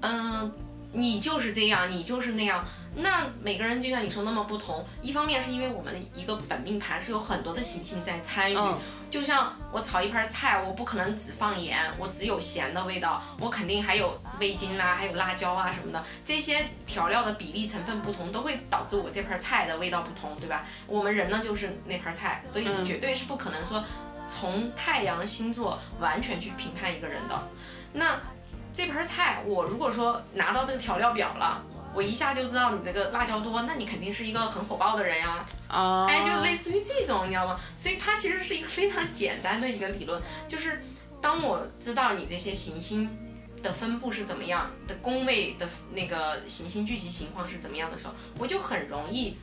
嗯、你就是这样，你就是那样。那每个人就像你说那么不同，一方面是因为我们一个本命盘是有很多的行星在参与，嗯就像我炒一盘菜，我不可能只放盐，我只有咸的味道，我肯定还有味精啦、还有辣椒啊什么的，这些调料的比例成分不同，都会导致我这盘菜的味道不同，对吧？我们人呢就是那盘菜，所以嗯绝对是不可能说从太阳星座完全去评判一个人的。那这盘菜，我如果说拿到这个调料表了。我一下就知道你这个辣椒多，那你肯定是一个很火爆的人呀、啊，哎，就类似于这种，你知道吗？所以它其实是一个非常简单的一个理论，就是当我知道你这些行星的分布是怎么样的，宫位的那个行星聚集情况是怎么样的时候，我就很容易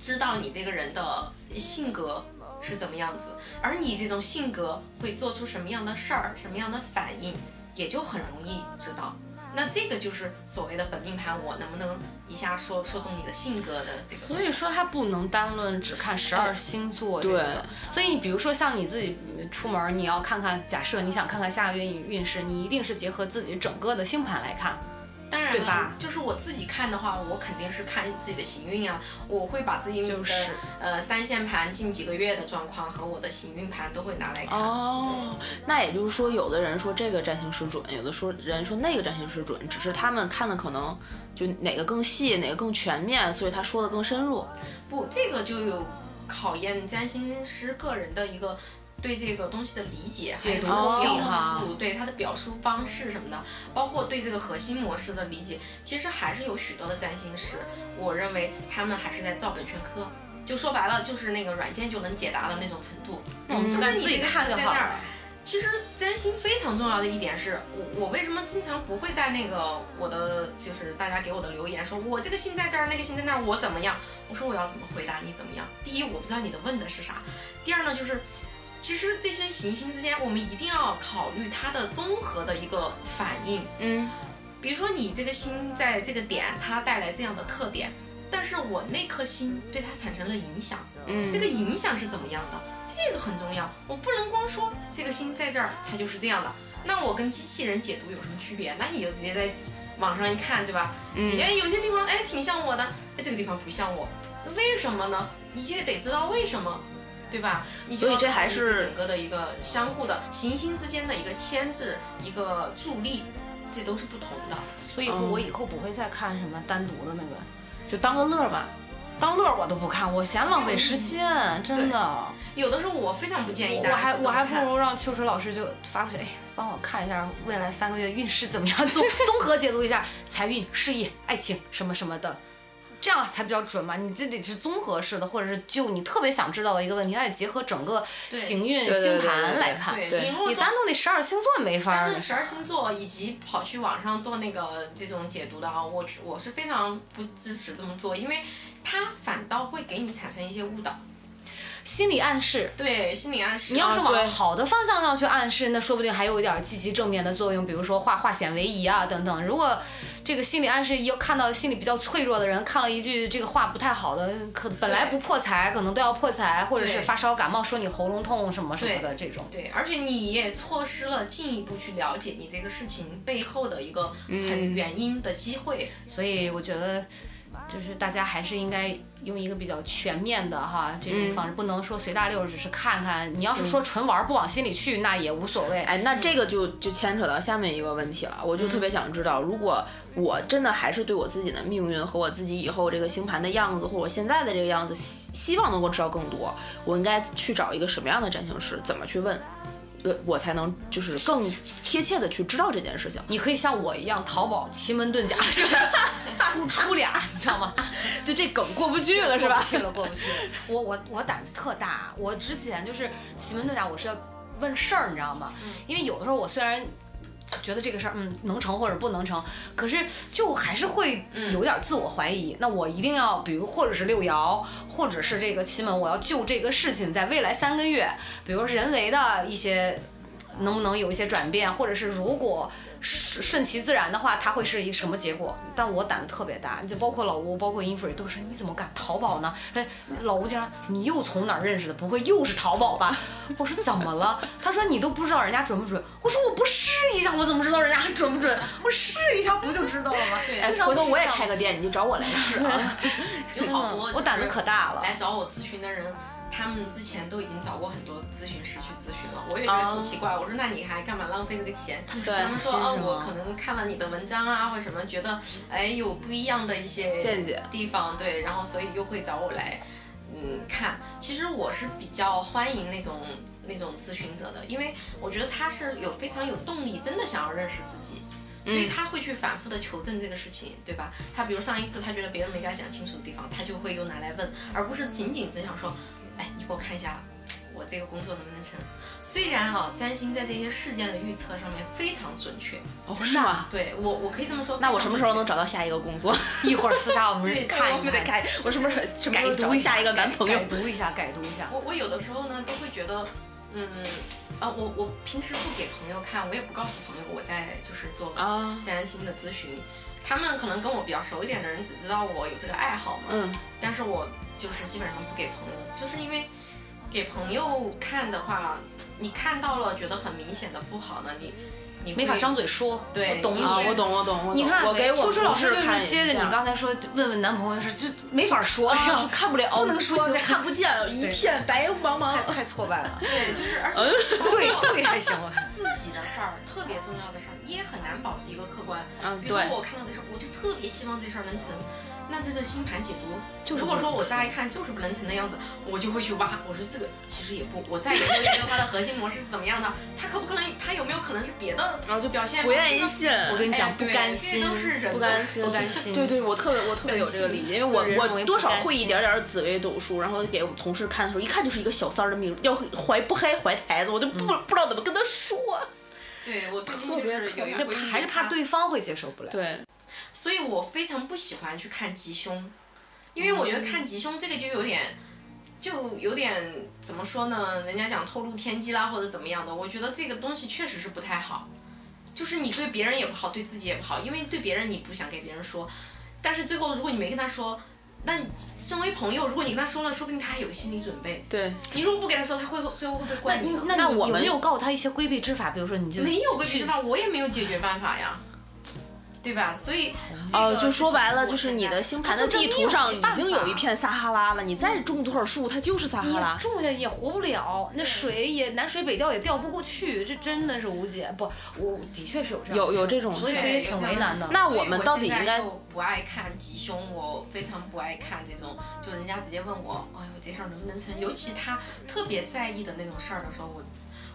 知道你这个人的性格是怎么样子，而你这种性格会做出什么样的事儿，什么样的反应，也就很容易知道。那这个就是所谓的本命盘，我能不能一下说说中你的性格的这个？所以说它不能单论只看十二星座这对个。所以你比如说像你自己嗯出门，你要看看，假设你想看看下个月运势，你一定是结合自己整个的星盘来看。当然了对吧就是我自己看的话，我肯定是看自己的行运啊，我会把自己的、就是呃三线盘近几个月的状况和我的行运盘都会拿来看。哦，那也就是说，有的人说这个占星师准，有的说人说那个占星师准，只是他们看的可能就哪个更细，哪个更全面，所以他说的更深入。不，这个就有考验占星师个人的一个。对这个东西的理解，还有解它读的表力哈述，对它的表述方式什么的，包括对这个核心模式的理解，其实还是有许多的占星师，我认为他们还是在照本宣科，就说白了就是那个软件就能解答的那种程度。我嗯们就就是干你自己这个看是就在好那儿了。其实占星非常重要的一点是，我我为什么经常不会在那个我的就是大家给我的留言说，我这个星在这儿，那个星在那儿，我怎么样？我说我要怎么回答你怎么样？第一，我不知道你的问的是啥；第二呢，就是其实这些行星之间，我们一定要考虑它的综合的一个反应。嗯，比如说你这个星在这个点，它带来这样的特点，但是我那颗心对它产生了影响，嗯这个影响是怎么样的？这个很重要，我不能光说这个心在这儿，它就是这样的。那我跟机器人解读有什么区别？那你就直接在网上一看，对吧？嗯哎，有些地方哎挺像我的，哎这个地方不像我，那为什么呢？你就得知道为什么，对吧？你就所以要这考还虑是整个的一个相互的行星之间的一个牵制、一个助力，这都是不同的。所以嗯说我以后不会再看什么单独的那个，就当个乐儿吧。当乐儿我都不看，我嫌浪费时间，嗯真的。有的时候我非常不建议大我家还去这我么还看不如让秋实老师就发过去，哎，帮我看一下未来三个月运势怎么样，综 综合解读一下财运、事业、爱情什么什么的，这样才比较准嘛。你这得是综合式的，或者是就你特别想知道的一个问题，那得结合整个对行运对对星对对盘对来看。对对你如果你说单弄那十二星座没法单儿论。十二星座以及跑去网上做那个这种解读的啊，我我是非常不支持这么做，因为它反倒会给你产生一些误导，心理暗示，对心理暗示。你要是啊往对好的方向上去暗示，那说不定还有一点儿积极正面的作用，比如说化化险为夷啊等等。如果这个心理暗示要看到心理比较脆弱的人，看了一句这个话不太好的，可本来不破财，可能都要破财，或者是对发烧感冒说你喉咙痛什么什么的这种。对，而且你也错失了进一步去了解你这个事情背后的一个嗯成原因的机会。所以我觉得。就是大家还是应该用一个比较全面的哈这嗯种方式，不能说随大溜儿，只是看看。你要是说纯玩儿不往心里去，那也无所谓。哎，那嗯这个就就牵扯到下面一个问题了，我就特别想知道，如果我真的还是对我自己的命运和我自己以后这个星盘的样子，或者我现在的这个样子，希希望能够知道更多，我应该去找一个什么样的占星师，怎么去问，呃，我才能就是更贴切的去知道这件事情。你可以像我一样淘宝奇门遁甲，是吧？出出俩，你知道吗？就这梗过不去了是吧过不？去了，过不 去了。我我我胆子特大，我之前就是奇门遁甲，我是要问事儿，你知道吗？因为有的时候我虽然。觉得这个事儿，嗯，能成或者不能成，可是就还是会有点自我怀疑。那我一定要，比如或者是六爻，或者是这个奇门，我要就这个事情，在未来三个月，比如人为的一些能不能有一些转变，或者是如果顺顺其自然的话，它会是一什么结果？但我胆子特别大，就包括老吴，包括 i n f r e 都说你怎么敢淘宝呢？哎，老吴经常你又从哪儿认识的？不会又是淘宝吧？ 我说怎么了？他说你都不知道人家准不准？我说我不试一下，我怎么知道人家准不准？我试一下不就知道了吗？对哎哎经常回头不我也知道开个店，你就找 我来试啊。有好多就是我胆子可大了。来找我咨询的人，他们之前都已经找过很多咨询师去咨询了，我也觉得挺奇怪。我说那你还干嘛浪费这个钱？对他们说私信哦，是我吗可能看了你的文章啊，或者什么，觉得哎有不一样的一些见解地方，对，然后所以又会找我来。嗯，看，其实我是比较欢迎那种那种咨询者的，因为我觉得他是有非常有动力，真的想要认识自己，嗯所以他会去反复的求证这个事情，对吧？他比如上一次他觉得别人没给他讲清楚的地方，他就会又拿来问，而不是仅仅只想说，哎，你给我看一下我这个工作能不能成。虽然啊，占星在这些事件的预测上面非常准确，哦，是啊吗？对我我可以这么说。那我非什常么时候能准确？找到下一个工作？一会儿私下我对们对看一我们得看，开，我什么 时候什么时候改找读一下一个男朋友改？读一下，改读一下。我我有的时候呢都会觉得，嗯，啊，我我平时不给朋友看，我也不告诉朋友我在就是做啊占星的咨询。他们可能跟我比较熟一点的人只知道我有这个爱好嘛，嗯，但是我就是基本上不给朋友，就是因为给朋友看的话，你看到了觉得很明显的不好呢，你你会没法张嘴说，对我懂你。啊啊，我懂我懂我懂。你看，我给我秋实老同师事就看是了一接着下你刚才说问问男朋友的事，就没法说，是吧看不了，啊不能说行看不见，一片白茫茫太。太挫败了。对，就是而 且嗯对对，还行了。自己的事儿，特别重要的事儿，也很难保持一个客观。嗯比如说对我看到这事儿，我就特别希望这事儿能成。那这个星盘解读，就是如果不说我乍一看就是不能成的样子，我就会去挖。我说这个其实也不，我再研究研究它的核心模式是怎么样的，它可不可能，它有没有可能是别的，然后就表现不愿意方式呢信。我跟你哎讲，不对甘这心，都是人不的甘心，不甘心。对对，我特别我特别有这个理解，因为就是我认为我不多少甘心会一点点紫微斗数，然后给我们同事看的时候，一看就是一个小三儿的命，要怀不开怀孩子，我就不不知道怎么跟他说。对我最近就特别是有一这回还是怕对方会接受不了。对，所以我非常不喜欢去看吉凶，因为我嗯觉得看吉凶这个就有点，就有点怎么说呢？人家讲透露天机啦，或者怎么样的，我觉得这个东西确实是不太好。就是你对别人也不好，对自己也不好，因为对别人你不想给别人说，但是最后如果你没跟他说，那你身为朋友，如果你跟他说了，说不定他还有个心理准备。对，你如果不给他说，他会最后会不会怪你呢？那那你我有们没有告诉他一些规避之法？比如说，你就没有规避之法，我也没有解决办法呀，对吧？所以这呃，个就说事情白了，我就是现你在的星盘的就地证图明上没已办经有法一片撒哈拉了，你再种多少树，它就是撒哈你拉。种下也活不了，那水也南水北调也调不过去，这真的是无解。不，我的确是有这样的事儿，有有这种所以对所以有挺这为样难的。那所以我们到底现在应该就不爱看吉凶，我非常不爱看这种，就人家直接问我，哎呦，这事儿能不能成？尤其他特别在意的那种事儿的时候，我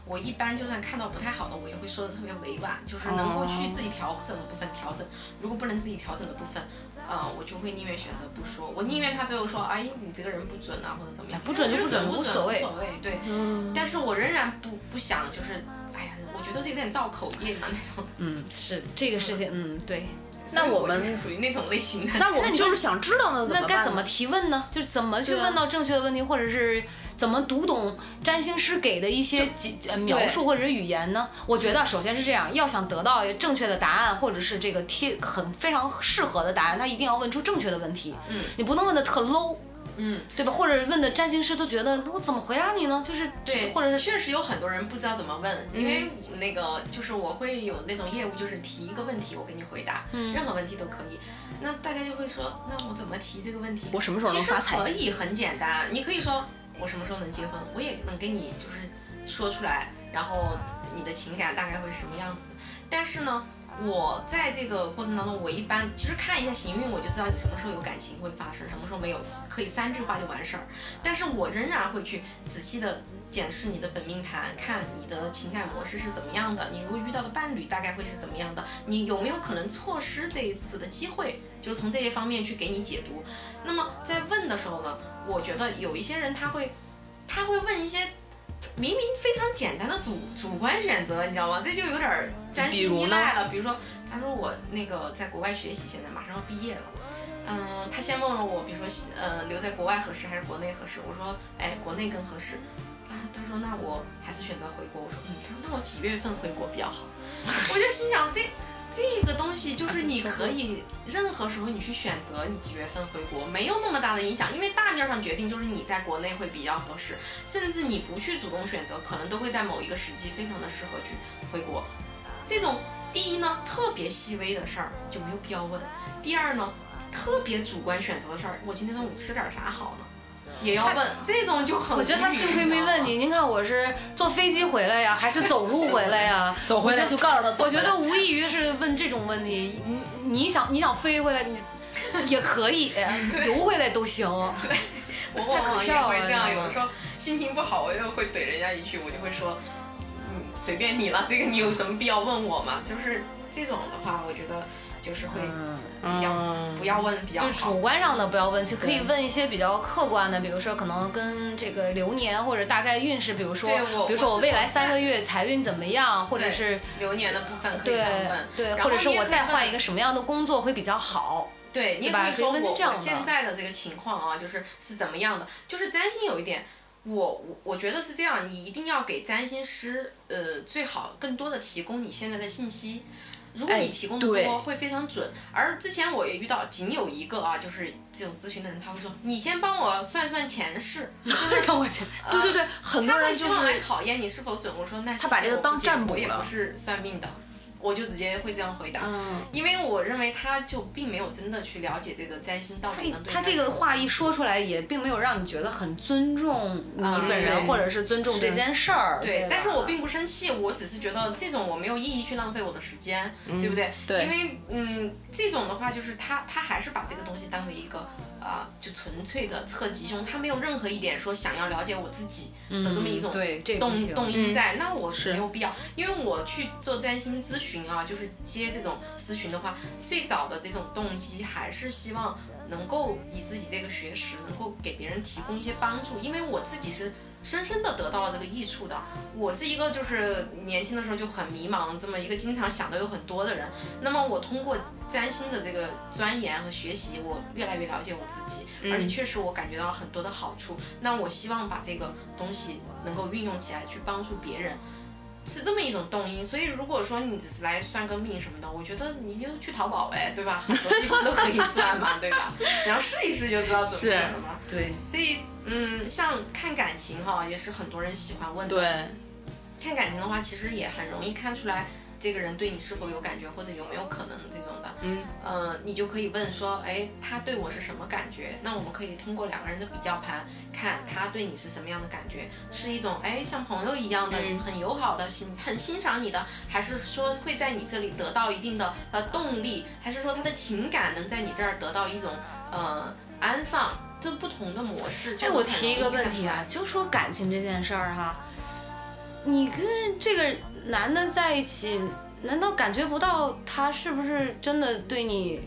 我一般就算看到不太好的，我也会说的特别委婉，就是能够去自己调整的部分调整。如果不能自己调整的部分，呃，我就会宁愿选择不说，我宁愿他最后说，哎，你这个人不准啊，或者怎么哎样，不准就我觉不得准准无不所无谓所谓，嗯对。但是我仍然不不想，就是，哎呀，我觉得有点造口业嘛那种。嗯，是这个事情，嗯，对。所以那我就们是属于那种类型的。那我们就是想知道呢，那该怎么么提问呢？就是怎么去对啊问到正确的问题，或者是怎么读懂占星师给的一些解呃描述或者是语言呢？我觉得首先是这样，要想得到正确的答案，或者是这个贴很非常适合的答案，他一定要问出正确的问题。嗯，你不能问的特 low。嗯，对吧？或者问的占星师都觉得我怎么回答你呢？就是对，或者是确实有很多人不知道怎么问，嗯因为那个就是我会有那种业务，就是提一个问题，我给你回答，嗯任何问题都可以。那大家就会说，那我怎么提这个问题？我什么时候能其实发财可以很简单，你可以说我什么时候能结婚，我也能给你就是说出来，然后你的情感大概会是什么样子。但是呢，我在这个过程当中，我一般其实看一下行运，我就知道你什么时候有感情会发生，什么时候没有，可以三句话就完事儿。但是我仍然会去仔细的检视你的本命盘，看你的情感模式是怎么样的，你如果遇到的伴侣大概会是怎么样的，你有没有可能错失这一次的机会，就是从这些方面去给你解读。那么在问的时候呢，我觉得有一些人他会，他会问一些。明明非常简单的主主观选择，你知道吗？这就有点儿占比星如依呢赖了。比如说，他说我那个在国外学习，现在马上要毕业了，嗯，他先问了我，比如说，呃，留在国外合适还是国内合适？我说，哎，国内更合适。啊，他说那我还是选择回国。我说，嗯，他说那我几月份回国比较好？我就心想这。这个东西就是你可以任何时候你去选择你几月份回国，没有那么大的影响，因为大面上决定就是你在国内会比较合适，甚至你不去主动选择，可能都会在某一个时机非常的适合去回国。这种第一呢，特别细微的事儿就没有必要问；第二呢，特别主观选择的事儿，我今天中午吃点儿啥好呢？也要问，这种就很我觉得他无语幸亏没问你。您看我是坐飞机回来呀，还是走路回来呀？走回来就告诉他？我觉得无异于是问这种问题，你你想你想飞回来，你也可 以游回来都行。太可我往往也笑会了这样，你知道吗有的时候心情不好，我又会怼人家一句，我就会说，嗯，随便你了，这个你有什么必要问我嘛？就是这种的话，我觉得就是会嗯比较、不要问比嗯较就是好主。观上的不要问，就可以对问一些比较客观的，比如说可能跟这个流年或者大概运势，比如说对我比如说我我是未来从三三个月财运怎么样，或者对是流年的部分可以这对样问，对，然或后者是你也我可以再换问一个什么样的工作会比较好。对你也对吧可以所以说问我这样我的现在的这个情况啊，就是是怎么样的？就是占星有一点，我我我觉得是这样，你一定要给占星师呃最好更多的提供你现在的信息。如果哎你提供的对多，会非常准。而之前我也遇到，仅有一个啊，就是这种咨询的人，他会说：“你先帮我算算前世。让我去，呃对对对，”很他多会人就希望来是考验你是否准。我说：“那他把这个谢谢当我不占解卜我也了不是算命的。”我就直接会这样回答。嗯，因为我认为他就并没有真的去了解这个占星到底能对他这什个么话一说出来，也并没有让你觉得很尊重你啊本人，对或者是尊重这件事儿。对吧，但是我并不生气，我只是觉得这种我没有意义去浪费我的时间，嗯对不对？对因为嗯，这种的话就是他他还是把这个东西当为一个啊、就纯粹的测吉凶，他没有任何一点说想要了解我自己的这么一种嗯对这个不动行嗯动因在，那我是没有必要，因为我去做占星咨询啊，就是接这种咨询的话，最早的这种动机还是希望能够以自己这个学识能够给别人提供一些帮助，因为我自己是深深的得到了这个益处的。我是一个就是年轻的时候就很迷茫，这么一个经常想的有很多的人。那么我通过占星的这个钻研和学习，我越来越了解我自己，嗯而且确实我感觉到很多的好处。那我希望把这个东西能够运用起来去帮助别人。是这么一种动因。所以如果说你只是来算个命什么的，我觉得你就去淘宝呗，对吧？很多地方都可以算嘛，对吧？然后试一试就知道怎么算了嘛。对所以，嗯，像看感情哈，也是很多人喜欢问嗯的。对，看感情的话，其实也很容易看出来这个人对你是否有感觉，或者有没有可能这种的。嗯，呃，你就可以问说，哎，他对我是什么感觉？那我们可以通过两个人的比较盘，看他对你是什么样的感觉，是一种哎像朋友一样的、嗯很友好的、欣很欣赏你的，还是说会在你这里得到一定的呃动力，还是说他的情感能在你这儿得到一种呃安放？这不同的模式，哎，就我很提一个容易问看出题来啊，就说感情这件事儿哈，你跟这个男的在一起，难道感觉不到他是不是真的对你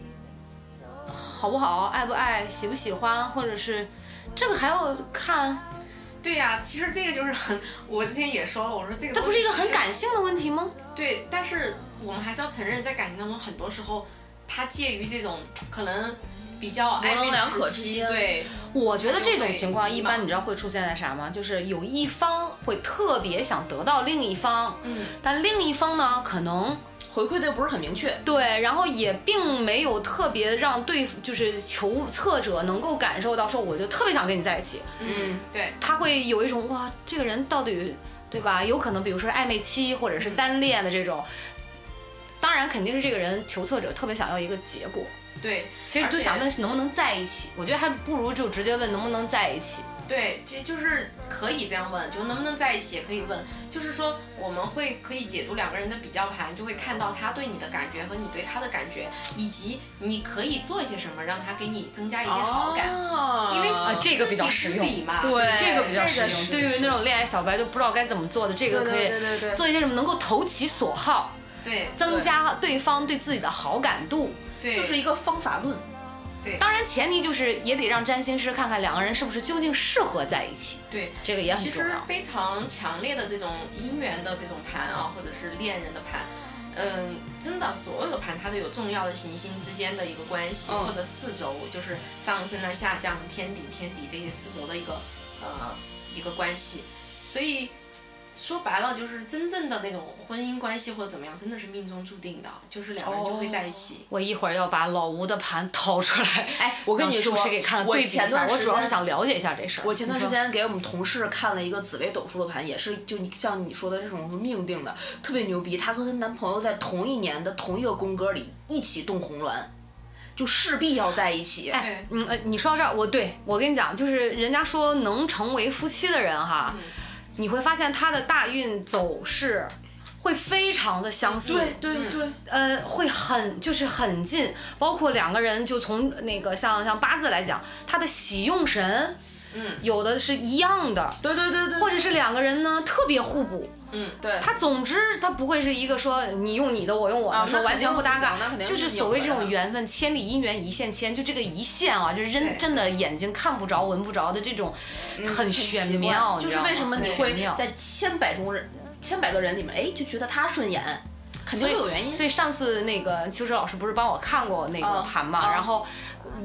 好不好、爱不爱、喜不喜欢，或者是这个还要看？对呀、其实这个就是很，我之前也说了，我说这个这不是一个东西很其实感性的问题吗？对，但是我们还是要承认，在感情当中，很多时候它介于这种可能比较模棱暧昧两可的之时期，间对，嗯我觉得这种情况对一般，你知道会出现在啥吗？就是有一方会特别想得到另一方，嗯，但另一方呢，可能回馈的不是很明确。对，然后也并没有特别让对，就是求测者能够感受到，说我就特别想跟你在一起，嗯，对，他会有一种哇，这个人到底对吧？有可能比如说暧昧期或者是单恋的这种，当然肯定是这个人求测者特别想要一个结果，对，其实而就且想问是能不能在一起，我觉得还不如就直接问能不能在一起。对，这就是可以这样问，就能不能在一起也可以问，就是说我们会可以解读两个人的比较盘，就会看到他对你的感觉和你对他的感觉，以及你可以做一些什么让他给你增加一些好感，哦因为啊这个比较实用知己知彼嘛，对哎这个比这较个实用，是对于那种恋爱小白就不知道该怎么做的，这个可以对对做一些什么能够投其所好，对增加对方对自己的好感度。对，就是一个方法论。当然，前提就是也得让占星师看看两个人是不是究竟适合在一起，对。这个也其很重实要。非常强烈的这种姻缘的这种盘啊，或者是恋人的盘，嗯，真的所有的盘它都有重要的行星之间的一个关系，嗯或者四轴就是上升啊、下降、天顶、天底这些四轴的一个呃一个关系，所以。说白了，就是真正的那种婚姻关系或者怎么样，真的是命中注定的，就是两个人就会在一起。我一会儿要把老吴的盘掏出来，哎，我跟你让邱说，师给看我对比一前下。段我主要是时间想了解一下这事儿。我前段时你说间给我们同事看了一个紫微斗数的盘，也是就你像你说的这种命定的，特别牛逼。她和她男朋友在同一年的同一个宫格里一起动红鸾，就势必要在一起。对，嗯，呃，你说到这儿，我对我跟你讲，就是人家说能成为夫妻的人哈，嗯你会发现他的大运走势会非常的相似，对对，呃，会很就是很近，包括两个人就从那个像像八字来讲，他的喜用神，嗯，有的是一样的，对对对对，或者是两个人呢特别互补，嗯，对他总之他不会是一个说你用你的我用我啊的，说那完肯定全不搭不行那嘎肯，定就是是你所谓有这的种缘分，千里姻缘一线牵，就这个一线啊，就是真对真的眼睛看不着、闻不着的这种，嗯很玄妙，就你知是道吗为什么很你玄会妙在千百种人、千百个人里面，哎，就觉得他顺眼，肯定所以会有原因。所以上次那个秋实老师不是帮我看过那个嗯盘嘛，嗯然后。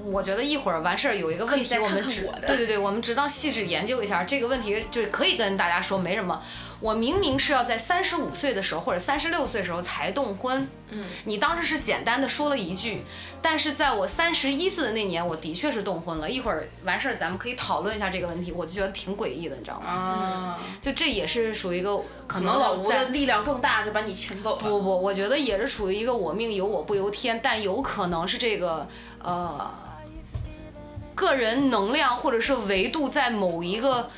我觉得一会儿完事儿有一个问可以再题，我看看们只我的对对对，我们值当细致研究一下这个问题，就是可以跟大家说没什么。我明明是要在三十五岁的时候或者三十六岁的时候才动婚，嗯，你当时是简单的说了一句，但是在我三十一岁的那年，我的确是动婚了。一会儿完事儿咱们可以讨论一下这个问题，我就觉得挺诡异的，你知道吗？啊，就这也是属于一个可可能能老吴嗯在的力量更大，就把你请走不了。不，我觉得也是处于一个我命由我不由天，但有可能是这个呃个人能量或者是维度在某一个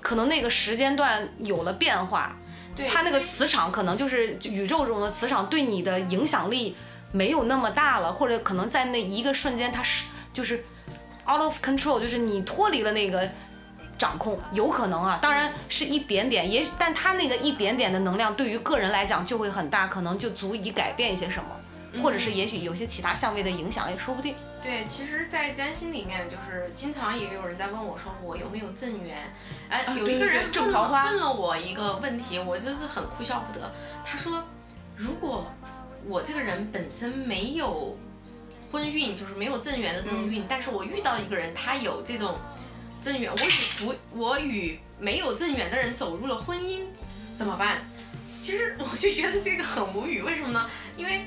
可能那个时间段有了变化，对，它那个磁场可能就是宇宙中的磁场对你的影响力没有那么大了，或者可能在那一个瞬间它是就是 out of control，就是你脱离了那个。掌控有可能啊，当然是一点点，也许但它那个一点点的能量对于个人来讲就会很大，可能就足以改变一些什嗯么，或者是也许有些其他相位的影响也说不定。对，其实，在占星里面，就是经常也有人在问我说，我有没有正缘？哎，啊有对一个对对人问种桃了花问了我一个问题，我就是很哭笑不得。他说，如果我这个人本身没有婚运，就是没有正缘的嗯这种运，但是我遇到一个人，他有这种正缘，我与不，我与没有正缘的人走入了婚姻，怎么办？其实我就觉得这个很无语，为什么呢？因为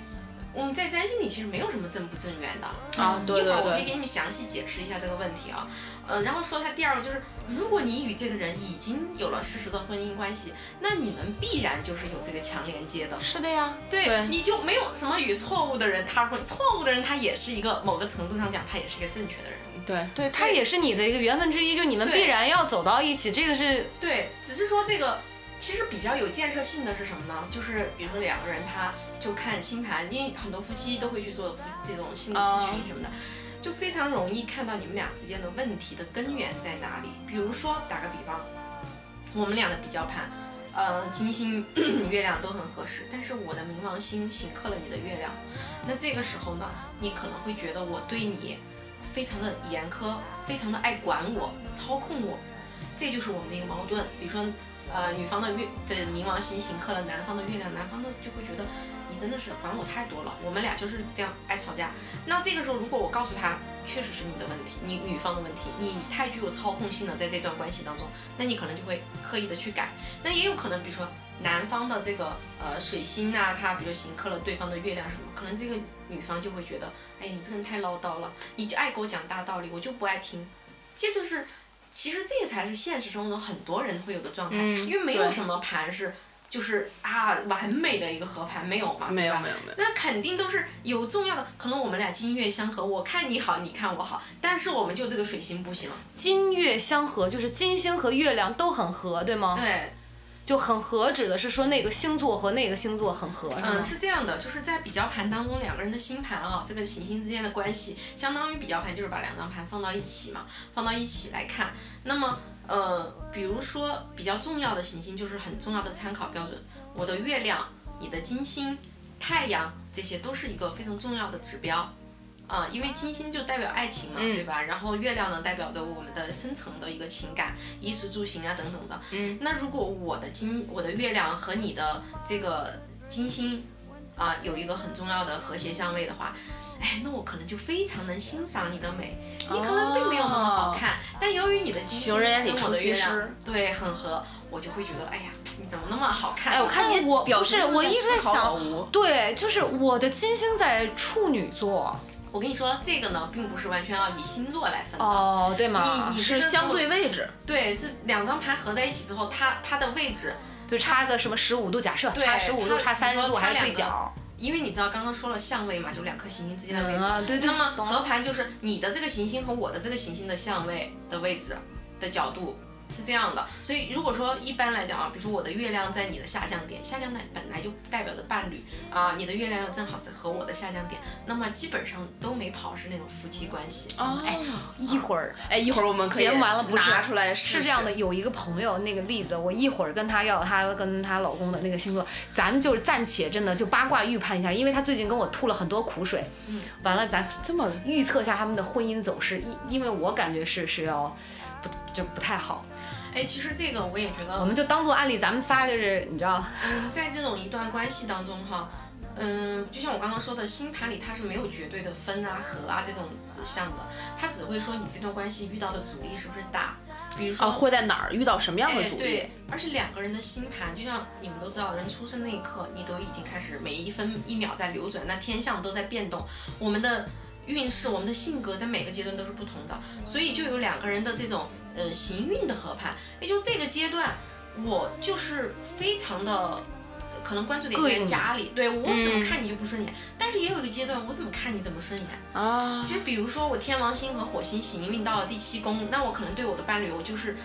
我们在占星里其实没有什么正不正缘的。嗯啊，对一会对儿我可以对，给你们详细解释一下这个问题啊。呃，然后说他第二个就是，如果你与这个人已经有了事实的婚姻关系，那你们必然就是有这个强连接的。是的呀，对，对你就没有什么与错误的人他会，错误的人他也是一个某个程度上讲，他也是一个正确的人。对对，它也是你的一个缘分之一，就你们对必然要走到一起，这个是对，只是说这个其实比较有建设性的是什么呢？就是比如说两个人他就看星盘，因为很多夫妻都会去做这种心理咨询什么的。就非常容易看到你们俩之间的问题的根源在哪里。比如说，打个比方，我们俩的比较盘，呃，金星、 月亮都很合适，但是我的冥王星刑克了你的月亮，那这个时候呢，你可能会觉得我对你非常的严苛，非常的爱管我、操控我，这就是我们的一个矛盾。比如说，呃，女方的月的冥王星刑克了男方的月亮，男方的就会觉得你真的是管我太多了，我们俩就是这样爱吵架。那这个时候，如果我告诉他，确实是你的问题，你女方的问题，你太具有操控性了，在这段关系当中，那你可能就会刻意的去改。那也有可能，比如说男方的这个呃水星呐、它比如刑克了对方的月亮什么，可能这个女方就会觉得，哎呀，你这个人太唠叨了，你就爱给我讲大道理，我就不爱听。这就是，其实这个才是现实生活中很多人会有的状态，因为没有对什么盘是就是啊完美的一个合盘，没有嘛，没有对吧没有没有，那肯定都是有重要的，可能我们俩金月相合，我看你好，你看我好，但是我们就这个水星不行，金月相合，就是金星和月亮都很合，对哦嗯吗？对，就很合，指的是说那个星座和那个星座很合，是吗嗯，？是这样的，就是在比较盘当中，两个人的星盘啊，这个行星之间的关系，相当于比较盘就是把两张盘放到一起嘛，放到一起来看。那么，呃，比如说比较重要的行星，就是很重要的参考标准。我的月亮、你的金星、太阳，这些都是一个非常重要的指标。啊、因为金星就代表爱情嗯嘛，对吧？然后月亮呢，代表着我们的深层的一个情感、衣食住行啊等等的。嗯，那如果我的金、我的月亮和你的这个金星啊、有一个很重要的和谐相位的话，哎，那我可能就非常能欣赏你的美。你可能并没有那么好看，但由于你的金星哦情人眼里跟我出的西月亮施对很合，我就会觉得哎呀，你怎么那么好看？哎，我看但你我表不是情我在一直思在考想老吴对，就是我的金星在处女座，我跟你说，这个呢，并不是完全要以星座来分的。哦，对吗？你你是这个相对位置，对，是两张牌合在一起之后，它它的位置，就差个什么十五度，假设对差十五度，差它三十你度，说它还是两对个角。因为你知道刚刚说了相位嘛，就两颗行星之间的位置。啊，对对那么懂合盘就是你的这个行星和我的这个行星的相位的位置的角度是这样的，所以如果说一般来讲啊，比如说我的月亮在你的下降点，下降点本来就代表着伴侣啊，你的月亮又正好和我的下降点，那么基本上都没跑是那种夫妻关系。哦，一会儿哎，一会儿我们可以节目完了不是拿出来试嗯是这样的，有一个朋友那个例子，我一会儿跟她要她跟她老公的那个星座，咱们就是暂且真的就八卦预判一下，因为她最近跟我吐了很多苦水，嗯，完了咱这么预测一下他们的婚姻走势，因因为我感觉是是要不就不太好，哎，其实这个我也觉得我们就当做案例，咱们仨就是你知道，嗯，在这种一段关系当中哈，嗯，就像我刚刚说的，星盘里它是没有绝对的分啊、合啊这种指向的，它只会说你这段关系遇到的阻力是不是大，比如说。啊，会在哪儿遇到什么样的哎，阻力？对，而且两个人的星盘，就像你们都知道，人出生那一刻，你都已经开始每一分一秒在流转，那天象都在变动，我们的运势、我们的性格在每个阶段都是不同的，所以就有两个人的这种呃行运的合盘。也就这个阶段，我就是非常的。可能关注点膈在应你家里，对我嗯怎么看你就不顺眼，但是也有一个阶段，我怎么看你怎么顺眼。啊，其实，比如说我天王星和火星行运到了第七宫，那我可能对我的伴侣，我就是，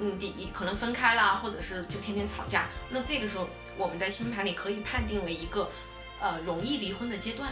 嗯，第一可能分开啦，或者是就天天吵架。那这个时候，我们在星盘里可以判定为一个，呃，容易离婚的阶段。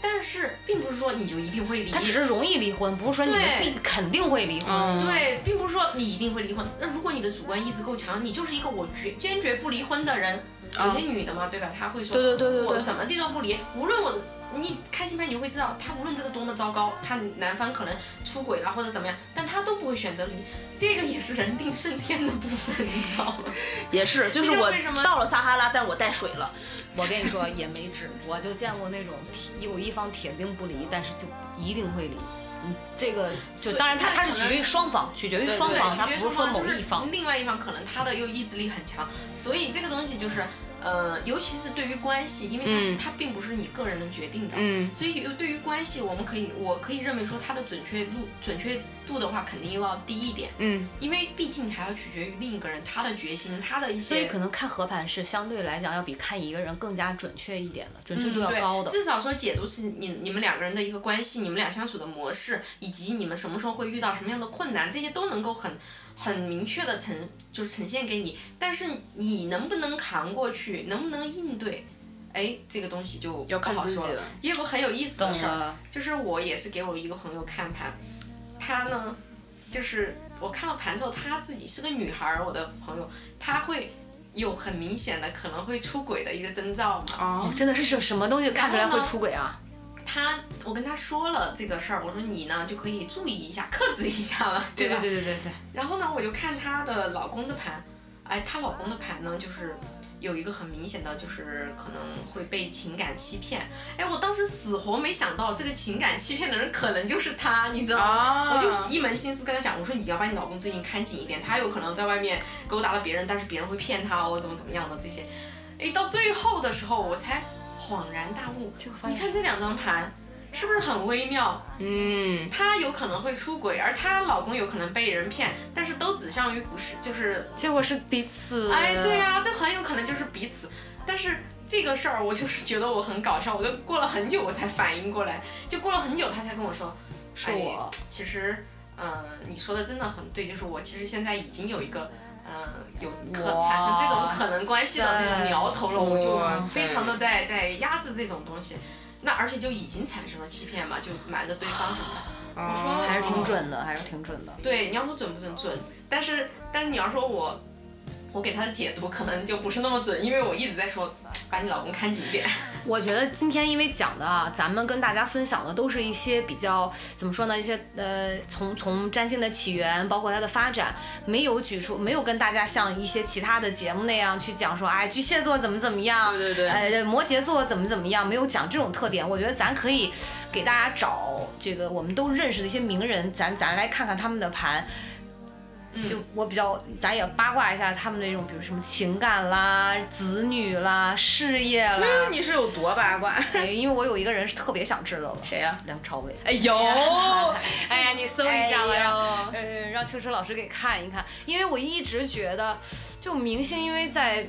但是，并不是说你就一定会离，他只是容易离婚，不是说你们对必肯定会离婚。嗯对，并不是说你一定会离婚。那如果你的主观意志够强，你就是一个我决坚决不离婚的人。有哦些女的嘛，对吧？她会嗯说，对对对对我对怎么地都不离，无论我。你开星盘你就会知道，她无论这个多么糟糕，她男方可能出轨了或者怎么样，但她都不会选择离，这个也是人定胜天的部分，你知道吗？也是，就是这就是我为什么到了撒哈拉，但是我带水了，我跟你说也没治，我就见过那种铁有一方铁定不离，但是就一定会离。嗯，这个就所以当然他那他可是能取决于双方，取决于对双对方，取哦他决于不是双说方某就是嗯一方。另外一方可能他的又意志力很强，所以这个东西就是呃，尤其是对于关系，因为它、嗯它并不是你个人能决定的，嗯所以对于关系，我们可以我可以认为说它的准确度准确度的话，肯定又要低一点，嗯，因为毕竟还要取决于另一个人他的决心，他的一些所以可能看合盘是相对来讲要比看一个人更加准确一点的，准确度要嗯对高的。至少说解读是你你们两个人的一个关系，你们俩相处的模式，以及你们什么时候会遇到什么样的困难，这些都能够很很明确的呈就是呈现给你。但是你能不能扛过去，能不能应对，哎，这个东西就要看不好自己说了。也有个很有意思的懂事儿，嗯了，就是我也是给我一个朋友看盘，他呢，就是我看了盘之后，他自己是个女孩儿，我的朋友，她会有很明显的可能会出轨的一个征兆嘛。哦，真的是什什么东西看出来然后会呢出轨啊？他，我跟他说了这个事儿，我说你呢就可以注意一下，克制一下了，对吧？对对对对对，然后呢，我就看她的老公的盘，哎，她老公的盘呢，就是有一个很明显的，就是可能会被情感欺骗。哎，我当时死活没想到这个情感欺骗的人可能就是他，你知道吗？啊我就是一门心思跟他讲，我说你要把你老公最近看紧一点，他有可能在外面勾搭了别人，但是别人会骗他哦，怎么怎么样的这些。哎，到最后的时候我才恍然大悟，你看这两张盘是不是很微妙？嗯，她有可能会出轨，而她老公有可能被人骗，但是都指向于不是，就是结果是彼此。哎，对呀、这很有可能就是彼此。但是这个事儿，我就是觉得我很搞笑，我都过了很久我才反应过来，就过了很久，他才跟我说，是我哎其实，嗯、你说的真的很对，就是我其实现在已经有一个，嗯、有可哇产生这种可能关系的那种苗头了，我哇就塞非常的在在压制这种东西。那而且就已经产生了欺骗嘛，就瞒着对方什么的。我说啊还是挺准的，还是挺准的。对，你要说准不准准，但是但是你要说我，我给他的解读可能就不是那么准，因为我一直在说把你老公看紧一点。 我觉得今天因为讲的啊，咱们跟大家分享的都是一些比较怎么说呢，一些呃，从从占星的起源，包括它的发展，没有举出，没有跟大家像一些其他的节目那样去讲说，哎，巨蟹座怎么怎么样，对对对呃，摩羯座怎么怎么样，没有讲这种特点。我觉得咱可以给大家找这个我们都认识的一些名人，咱咱来看看他们的盘。就我比较，咱也八卦一下他们的这种，比如什么情感啦、子女啦、事业啦。你是有多八卦？ 哎，因为我有一个人是特别想知道的， 谁呀梁朝伟。哎呦，哎呀，你搜一下吧，哎呦让呃让秋实老师给看一看，因为我一直觉得，就明星因为在。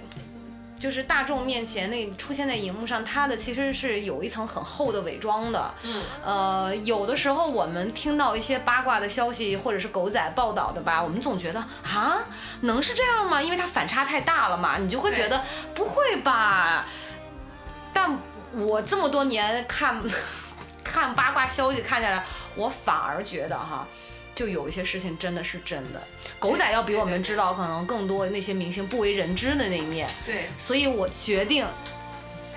就是大众面前那出现在荧幕上，他的其实是有一层很厚的伪装的。嗯，呃，有的时候我们听到一些八卦的消息或者是狗仔报道的吧，我们总觉得啊，能是这样吗？因为它反差太大了嘛，你就会觉得不会吧。但我这么多年看 看八卦消息看下来，我反而觉得哈。就有一些事情真的是真的，狗仔要比我们知道可能更多那些明星不为人知的那一面，对，所以我决定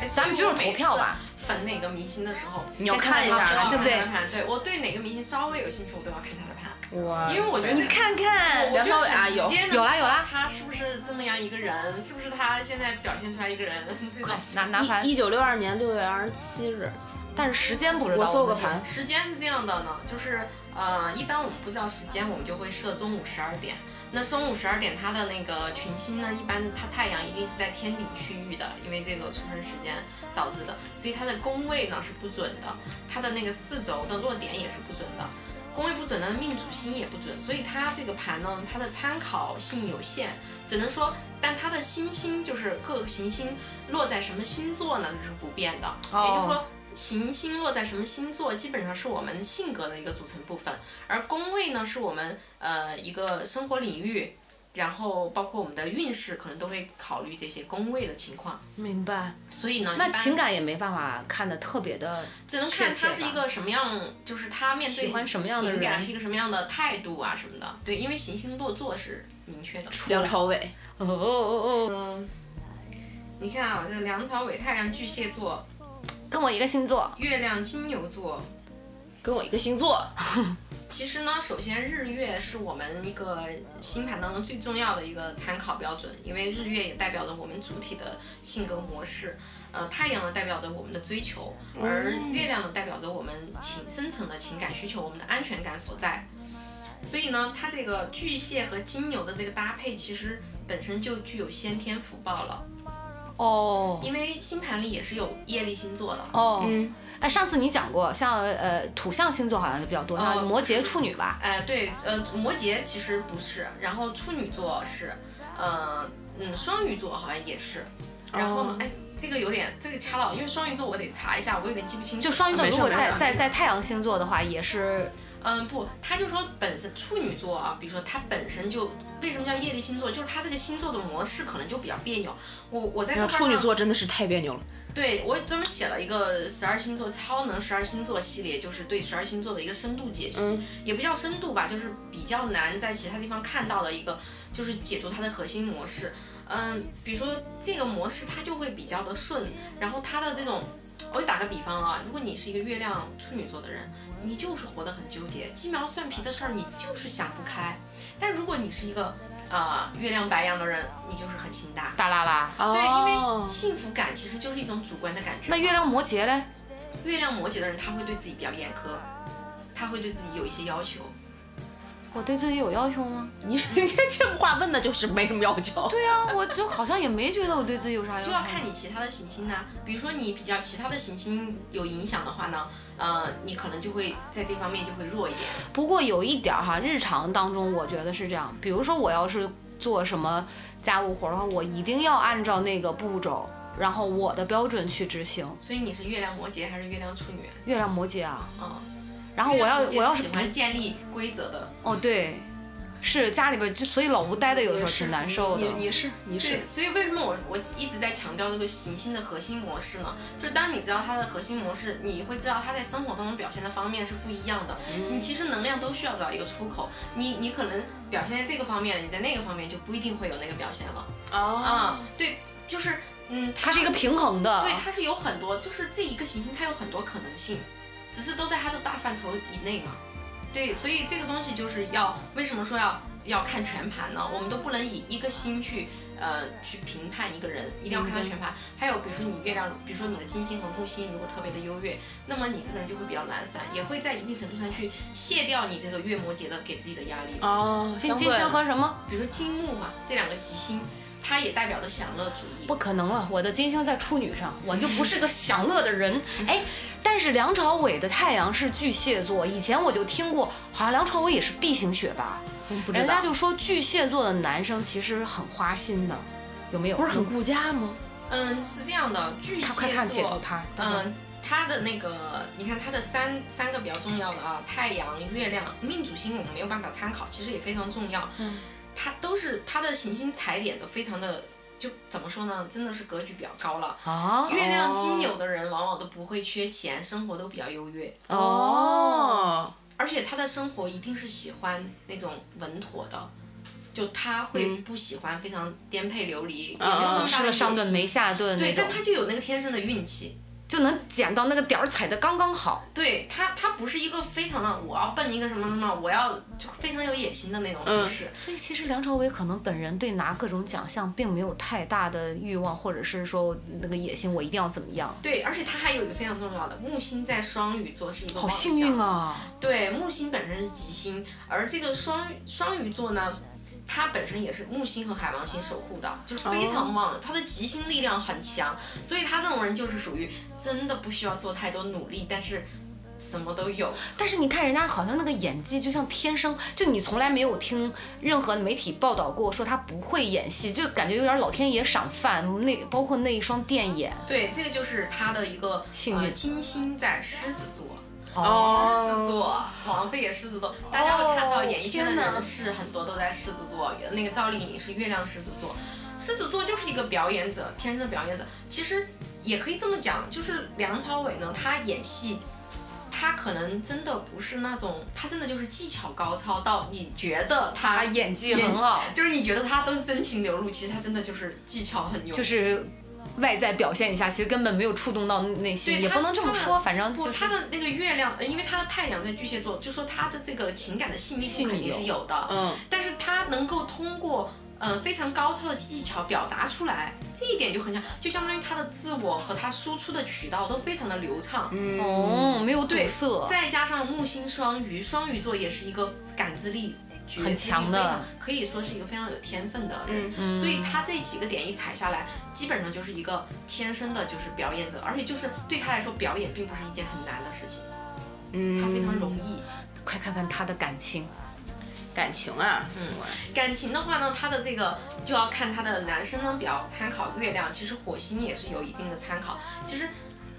哎咱们就是投票。吧。所以我每次粉哪个明星的时候，你要先看看一看下我他要盘对不哦看对他？的盘，对我对哪个明星稍微有兴趣，我都要看他的盘，哇因为我觉得塞这你看看，我梁就朝伟啊很直有接能有啦知有道啦他是不是这么样一个人？是不是他现在表现出来一个人？ 这种哎拿拿盘一，一九六二年六月二十七日，但是时间不知道。我搜个们盘，时间是这样的呢，就是呃，一般我们不知道时间，我们就会设中午十二点。那中午十二点，它的那个群星呢，一般它太阳一定是在天顶区域的，因为这个出生时间导致的，所以它的宫位呢是不准的，它的那个四轴的落点也是不准的。宫位不准呢，命主星也不准，所以它这个盘呢，它的参考性有限，只能说，但它的星星就是各个行星落在什么星座呢，就是不变的。哦也就是说，行星落在什么星座，基本上是我们性格的一个组成部分，而宫位呢，是我们呃一个生活领域，然后包括我们的运势，可能都会考虑这些宫位的情况。明白。所以呢，那一般情感也没办法看的特别的，只能看他确切是吧一个什么样，就是他面对喜欢什么样的情感人是一个什么样的态度啊什么的。对，因为行星落座是明确的。梁朝伟，哦哦哦，嗯，你看啊，这梁朝伟太阳巨蟹座，跟我一个星座，月亮金牛座。跟我一个星座，其实呢，首先日月是我们一个星盘当中最重要的一个参考标准，因为日月也代表着我们主体的性格模式，呃，太阳呢代表着我们的追求，而月亮呢代表着我们情深层的情感需求，我们的安全感所在。所以呢，它这个巨蟹和金牛的这个搭配，其实本身就具有先天福报了。哦因为星盘里也是有业力星座的。哦，嗯，哎，上次你讲过，像呃土象星座好像就比较多，像哦摩羯、处女吧。哎、对，呃，摩羯其实不是，然后处女座是，呃，嗯，双鱼座好像也是。哦然后呢，哦哎，这个有点这个掐了，因为双鱼座我得查一下，我有点记不清。就双鱼座，没事如果在没事在在太阳星座的话，也是嗯，不，他就说本身处女座啊，比如说他本身就为什么叫业力星座，就是他这个星座的模式可能就比较别扭。我我在豆瓣哎上处女座真的是太别扭了。对我专门写了一个十二星座超能十二星座系列，就是对十二星座的一个深度解析，也不叫深度吧，就是比较难在其他地方看到的一个，就是解读它的核心模式。嗯，比如说这个模式它就会比较的顺，然后它的这种，我就打个比方啊，如果你是一个月亮处女座的人，你就是活得很纠结，鸡毛蒜皮的事儿你就是想不开；但如果你是一个呃月亮白羊的人，你就是很心大。大拉拉。对，因为哦幸福感其实就是一种主观的感觉。那月亮摩羯嘞？月亮摩羯的人，他会对自己比较严苛，他会对自己有一些要求。我对自己有要求吗？ 你这这话问的就是没什么要 求。对 呀、我就好像也没觉得我对自己有啥要求。就要看你其他的行星呐、比如说你比较其他的行星有影响的话呢，呃，你可能就会在这方面就会弱一点。不过有一点儿哈，日常当中我觉得是这样，比如说我要是做什么家务活儿的话，我一定要按照那个步骤，然后我的标准去执行。所以你是月亮摩羯还是月亮处女？月亮摩羯啊，嗯，然后我要月亮摩羯是我要是喜欢建立规则的，哦对，是家里边就所以老吴待的有时候挺难受的。是你对，所以为什么我我一直在强调这个行星的核心模式呢？就是当你知道它的核心模式，你会知道它在生活当中表现的方面是不一样的。嗯你其实能量都需要找一个出口，你你可能表现在这个方面了，你在那个方面就不一定会有那个表现了。啊，啊，对，就是嗯，它是一个平衡的，对，哎它是有很多，就是这一个行星它有很多可能性，只是都在它的大范畴以内嘛。对，所以这个东西就是要为什么说要要看全盘呢？我们都不能以一个星去呃去评判一个人，一定要看嗯他全盘。还有比如说你月亮，比如说你的金星和木星如果特别的优越，那么你这个人就会比较懒散，也会在一定程度上去卸掉你这个月摩羯的给自己的压力。哦，金金金星和什么？比如说金木嘛，这两个吉星，它也代表着享乐主义不。可能了，我的金星在处女上，我就不是个享乐的人。哎，但是梁朝伟的太阳是巨蟹座，以前我就听过，好像梁朝伟也是 B 型血吧？不知人家道，就说巨蟹座的男生其实很花心的，有没有？不是很顾家吗？嗯，是这样的，巨蟹他座。快看解读他。嗯，它的那个，你看它的三三个比较重要的啊，太阳、月亮、命主星，我们没有办法参考，其实也非常重要。嗯，它都是它的行星踩点都非常的，就怎么说呢，真的是格局比较高了。啊月亮金牛的人往往都不会缺钱，生活都比较优越，哦，而且他的生活一定是喜欢那种稳妥的。就他会不喜欢非常颠沛流离，也没有那么大嗯的吃了上顿野没心下顿对，那种但，他就有那个天生的运气，就能捡到那个点儿踩的刚刚好。对他，他不是一个非常的我要奔一个什么什么，我要就非常有野心的那种，嗯不是。所以其实梁朝伟可能本人对拿各种奖项并没有太大的欲望，或者是说那个野心，我一定要怎么样。对，而且他还有一个非常重要的，木星在双鱼座是一个好幸运啊！啊！对，木星本身是吉星，而这个双双鱼座呢，它本身也是木星和海王星守护的，就是非常旺，它的吉星力量很强，所以他这种人就是属于真的不需要做太多努力，但是什么都有。但是你看人家好像那个演技就像天生，就你从来没有听任何媒体报道过说他不会演戏，就感觉有点老天爷赏饭。那包括那一双电眼，对，这个就是他的一个幸呃运金星在狮子座。哦，狮子座，王菲也狮子座，大家会看到演艺圈的天哪人士很多都在狮子座，那个赵丽颖是月亮狮子座，狮子座就是一个表演者，天生的表演者。其实也可以这么讲，就是梁朝伟呢，他演戏。他可能真的不是那种，他真的就是技巧高超到你觉得他啊他演技很好，就是你觉得他都是真情流露，其实他真的就是技巧很牛。就是外在表现一下，其实根本没有触动到内心，对也他不能这么他的说，反正不，就是他的那个月亮，呃因为他的太阳在巨蟹座，就说他的这个情感的细腻细度腻肯定是有的。嗯，但是他能够通过呃非常高超的技巧表达出来，这一点就很像，就相当于他的自我和他输出的渠道都非常的流畅。嗯，哦，没有堵对塞。再加上木星双鱼，双鱼座也是一个感知力觉很知力强的嗯非常可以说是一个非常有天分的人。所以他这几个点一踩下来，基本上就是一个天生的就是表演者，而且就是对他来说，表演并不是一件很难的事情，嗯他非常容易。快看看他的感情，感情啊，嗯，感情的话呢，他的这个就要看他的男生呢，比较参考月亮，其实火星也是有一定的参考。其实，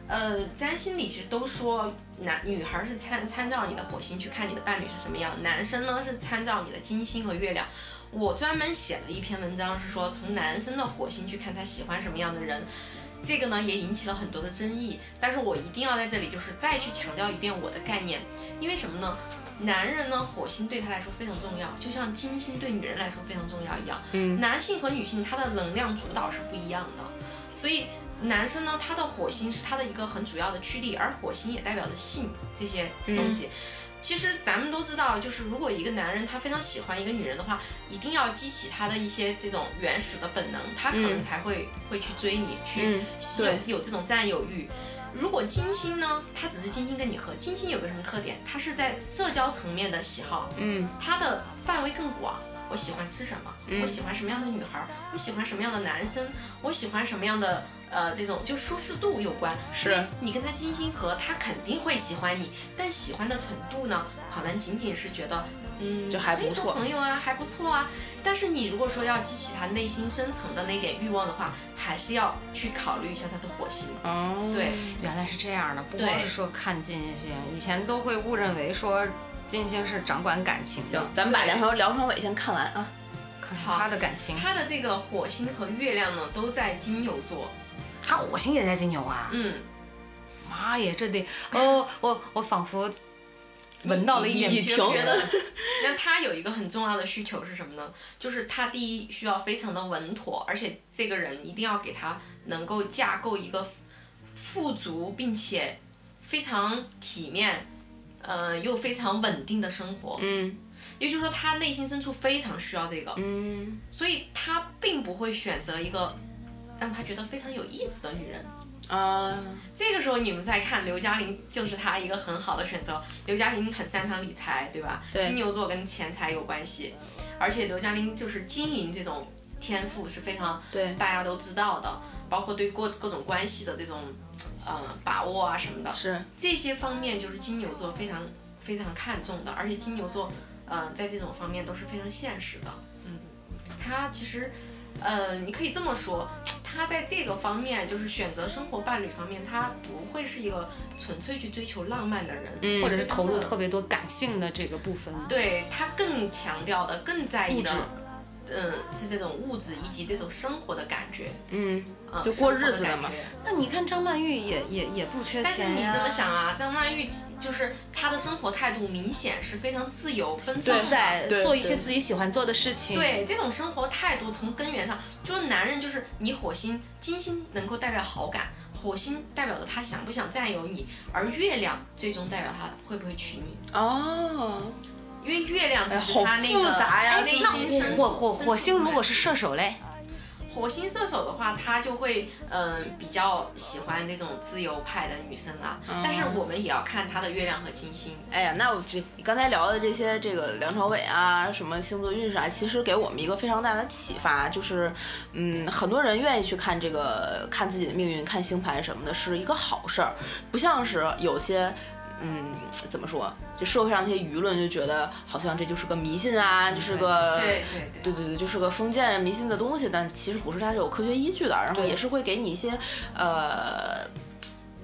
呃，占星里其实都说男女孩是参参照你的火星去看你的伴侣是什么样，男生呢是参照你的金星和月亮。我专门写了一篇文章，是说从男生的火星去看他喜欢什么样的人。这个呢也引起了很多的争议，但是我一定要在这里就是再去强调一遍我的概念，因为什么呢？男人呢，火星对他来说非常重要，就像金星对女人来说非常重要一样。嗯，男性和女性他的能量主导是不一样的，所以男生呢，他的火星是他的一个很主要的驱力，而火星也代表着性这些东西。其实咱们都知道，就是如果一个男人他非常喜欢一个女人的话，一定要激起他的一些这种原始的本能，他可能才会、会去追你，去嗯吸对有这种占有欲。如果金星呢，它只是金星跟你合，金星有个什么特点？它是在社交层面的喜好，嗯，它的范围更广。我喜欢吃什么？我喜欢什么样的女孩？我喜欢什么样的男生？我喜欢什么样的呃这种就舒适度有关。是所以你跟他金星合，他肯定会喜欢你，但喜欢的程度呢，可能仅仅是觉得嗯就还可以不做错朋友啊，还不错啊。但是你如果说要激起他内心深层的那点欲望的话，还是要去考虑一下他的火星。哦，对，原来是这样的，不光嗯对是说看金星，以前都会误认为说金星是掌管感情行的，，咱们把梁朝梁朝伟先看完啊，看看好他的感情，他的这个火星和月亮呢，都在金牛座。他火星也在金牛啊，嗯，妈耶，这得哦，我我仿佛闻嗯到了一点你绝停绝的 那他有一个很重要的需求是什么呢？就是他第一需要非常的稳妥，而且这个人一定要给他能够架构一个富足并且非常体面，呃，又非常稳定的生活。嗯也就是说，他内心深处非常需要这个，嗯，所以他并不会选择一个让他觉得非常有意思的女人。啊，这个时候你们再看刘嘉玲，就是她一个很好的选择。刘嘉玲很擅长理财，对吧？对金牛座跟钱财有关系，而且刘嘉玲就是经营这种天赋是非常对大家都知道的，包括对各各种关系的这种呃把握啊什么的，是这些方面就是金牛座非常非常看重的，而且金牛座呃在这种方面都是非常现实的。嗯，他其实呃你可以这么说，他在这个方面就是选择生活伴侣方面，他不会是一个纯粹去追求浪漫的人，嗯或者是投入真的特别多感性的这个部分。对他更强调的、更在意的物质。嗯，是这种物质以及这种生活的感觉，嗯，嗯，就过生活日子的感嘛觉那你看张曼玉也也也不缺但是钱你呀这么想啊，张曼玉就是她的生活态度明显是非常自由奔放的自在对做一些对自己喜欢做的事情，，对这种生活态度，从根源上，就是男人就是你火星金星能够代表好感，火星代表着他想不想占有你，而月亮最终代表他会不会娶你，哦，因为月亮才哎是好哎他那复个杂呀内那心深处火火深火处星的如果是射手嘞，火星射手的话，他就会嗯、比较喜欢这种自由派的女生啊，嗯但是我们也要看他的月亮和金星。哎呀，那我这你刚才聊的这些，这个梁朝伟啊，什么星座运势啊，其实给我们一个非常大的启发，就是，嗯，很多人愿意去看这个，看自己的命运，看星盘什么的，是一个好事儿，不像是有些，嗯，怎么说，就社会上那些舆论就觉得好像这就是个迷信啊，就是个对对对。对对对，就是个封建迷信的东西，但是其实不是，它是有科学依据的，然后也是会给你一些呃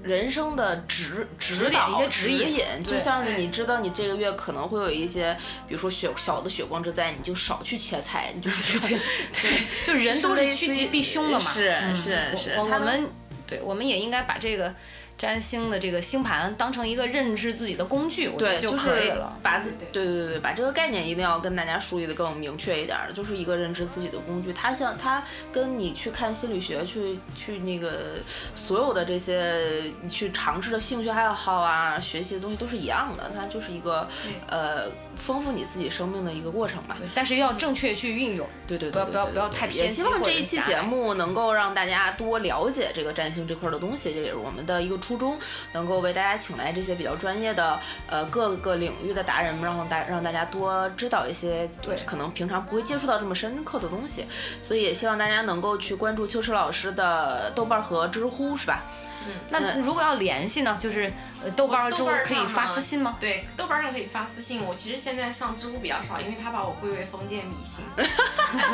人生的指指点导、一些指引引，对就像是对你知道你这个月可能会有一些，比如说血小的血光之灾，你就少去切菜，你就 对对，就人都类是似趋吉于避凶的嘛。是嗯是是，我我他我们对，我们也应该把这个占星的这个星盘当成一个认知自己的工具，我觉对得就就是可以了。嗯把自对对对对对，把这个概念一定要跟大家梳理的更明确一点儿，就是一个认知自己的工具。它像它跟你去看心理学，去去那个所有的这些你去尝试的兴趣爱好啊，学习的东西都是一样的，它就是一个呃丰富你自己生命的一个过程吧。但是要正确去运用，对对对，不要对不要对不要对太对偏也激希望或这者一期狭隘节目能够让大家多了解这个占星这块儿的东西，这也是我们的一个初初衷，能够为大家请来这些比较专业的呃各个领域的达人们，让大让大家多知道一些对可能平常不会接触到这么深刻的东西，所以也希望大家能够去关注秋实老师的豆瓣儿和知乎，是吧？嗯那如果要联系呢，就是呃豆瓣儿豆之后瓣儿可以上发嘛私信吗？对，豆瓣上可以发私信。我其实现在上知乎比较少，因为他把我归为封建迷信。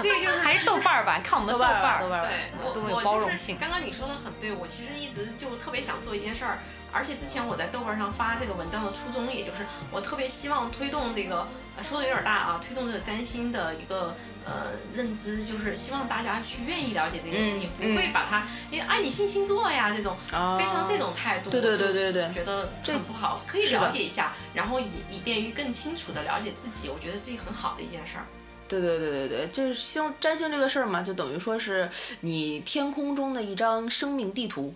这个就是还是豆瓣儿吧，看我们的豆瓣儿吧儿豆瓣儿吧对嗯我都有我包就容是性刚刚你说的很对，我其实一直就特别想做一件事儿，而且之前我在豆瓣上发这个文章的初衷，也就是我特别希望推动这个，呃说的有点大啊，推动这个占星的一个。呃，认知就是希望大家去愿意了解这件事情，嗯嗯不会把它，因为哎，你信星座呀这种，啊非常这种态度，对对对对对我就觉得很不好，可以是的了解一下，然后以以便于更清楚的了解自己，我觉得是一个很好的一件事儿。对对对对对，就是星占星这个事儿嘛，就等于说是你天空中的一张生命地图，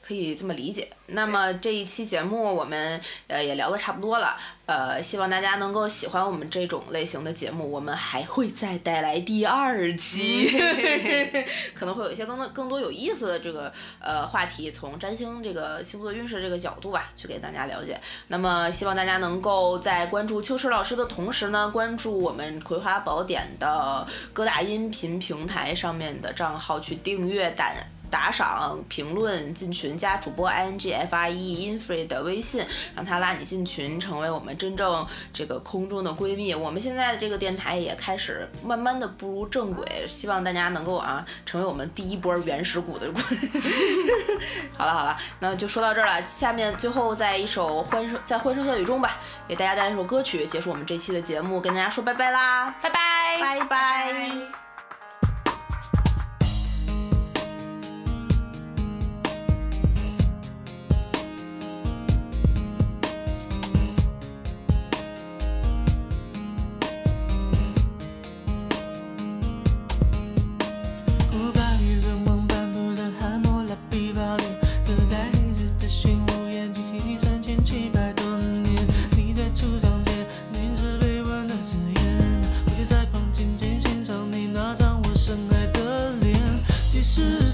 可以这么理解。那么这一期节目我们呃也聊得差不多了，呃，希望大家能够喜欢我们这种类型的节目，我们还会再带来第二期，可能会有一些更多更多有意思的这个呃话题，从占星这个星座运势这个角度吧，去给大家了解。那么希望大家能够在关注秋实老师的同时呢，关注我们《葵花宝典》的各大音频平台上面的账号去订阅打打赏、评论、进群、加主播 i n g f r e infree 的微信，让他拉你进群，成为我们真正这个空中的闺蜜。我们现在的这个电台也开始慢慢的步入正轨，希望大家能够啊，成为我们第一波原始股的闺蜜。好了好了，那就说到这儿了。下面最后在一首欢声在欢声笑语中吧，给大家带来一首歌曲，结束我们这期的节目，跟大家说拜拜啦，拜拜。哎拜拜。古巴与文王颁布了汉谟拉比法典，刻在黑色的玄武岩，距今三千七百多年。你在出场前凝视被吻的字眼，我就在旁静静欣赏你那张我深爱的脸。即使啊啊啊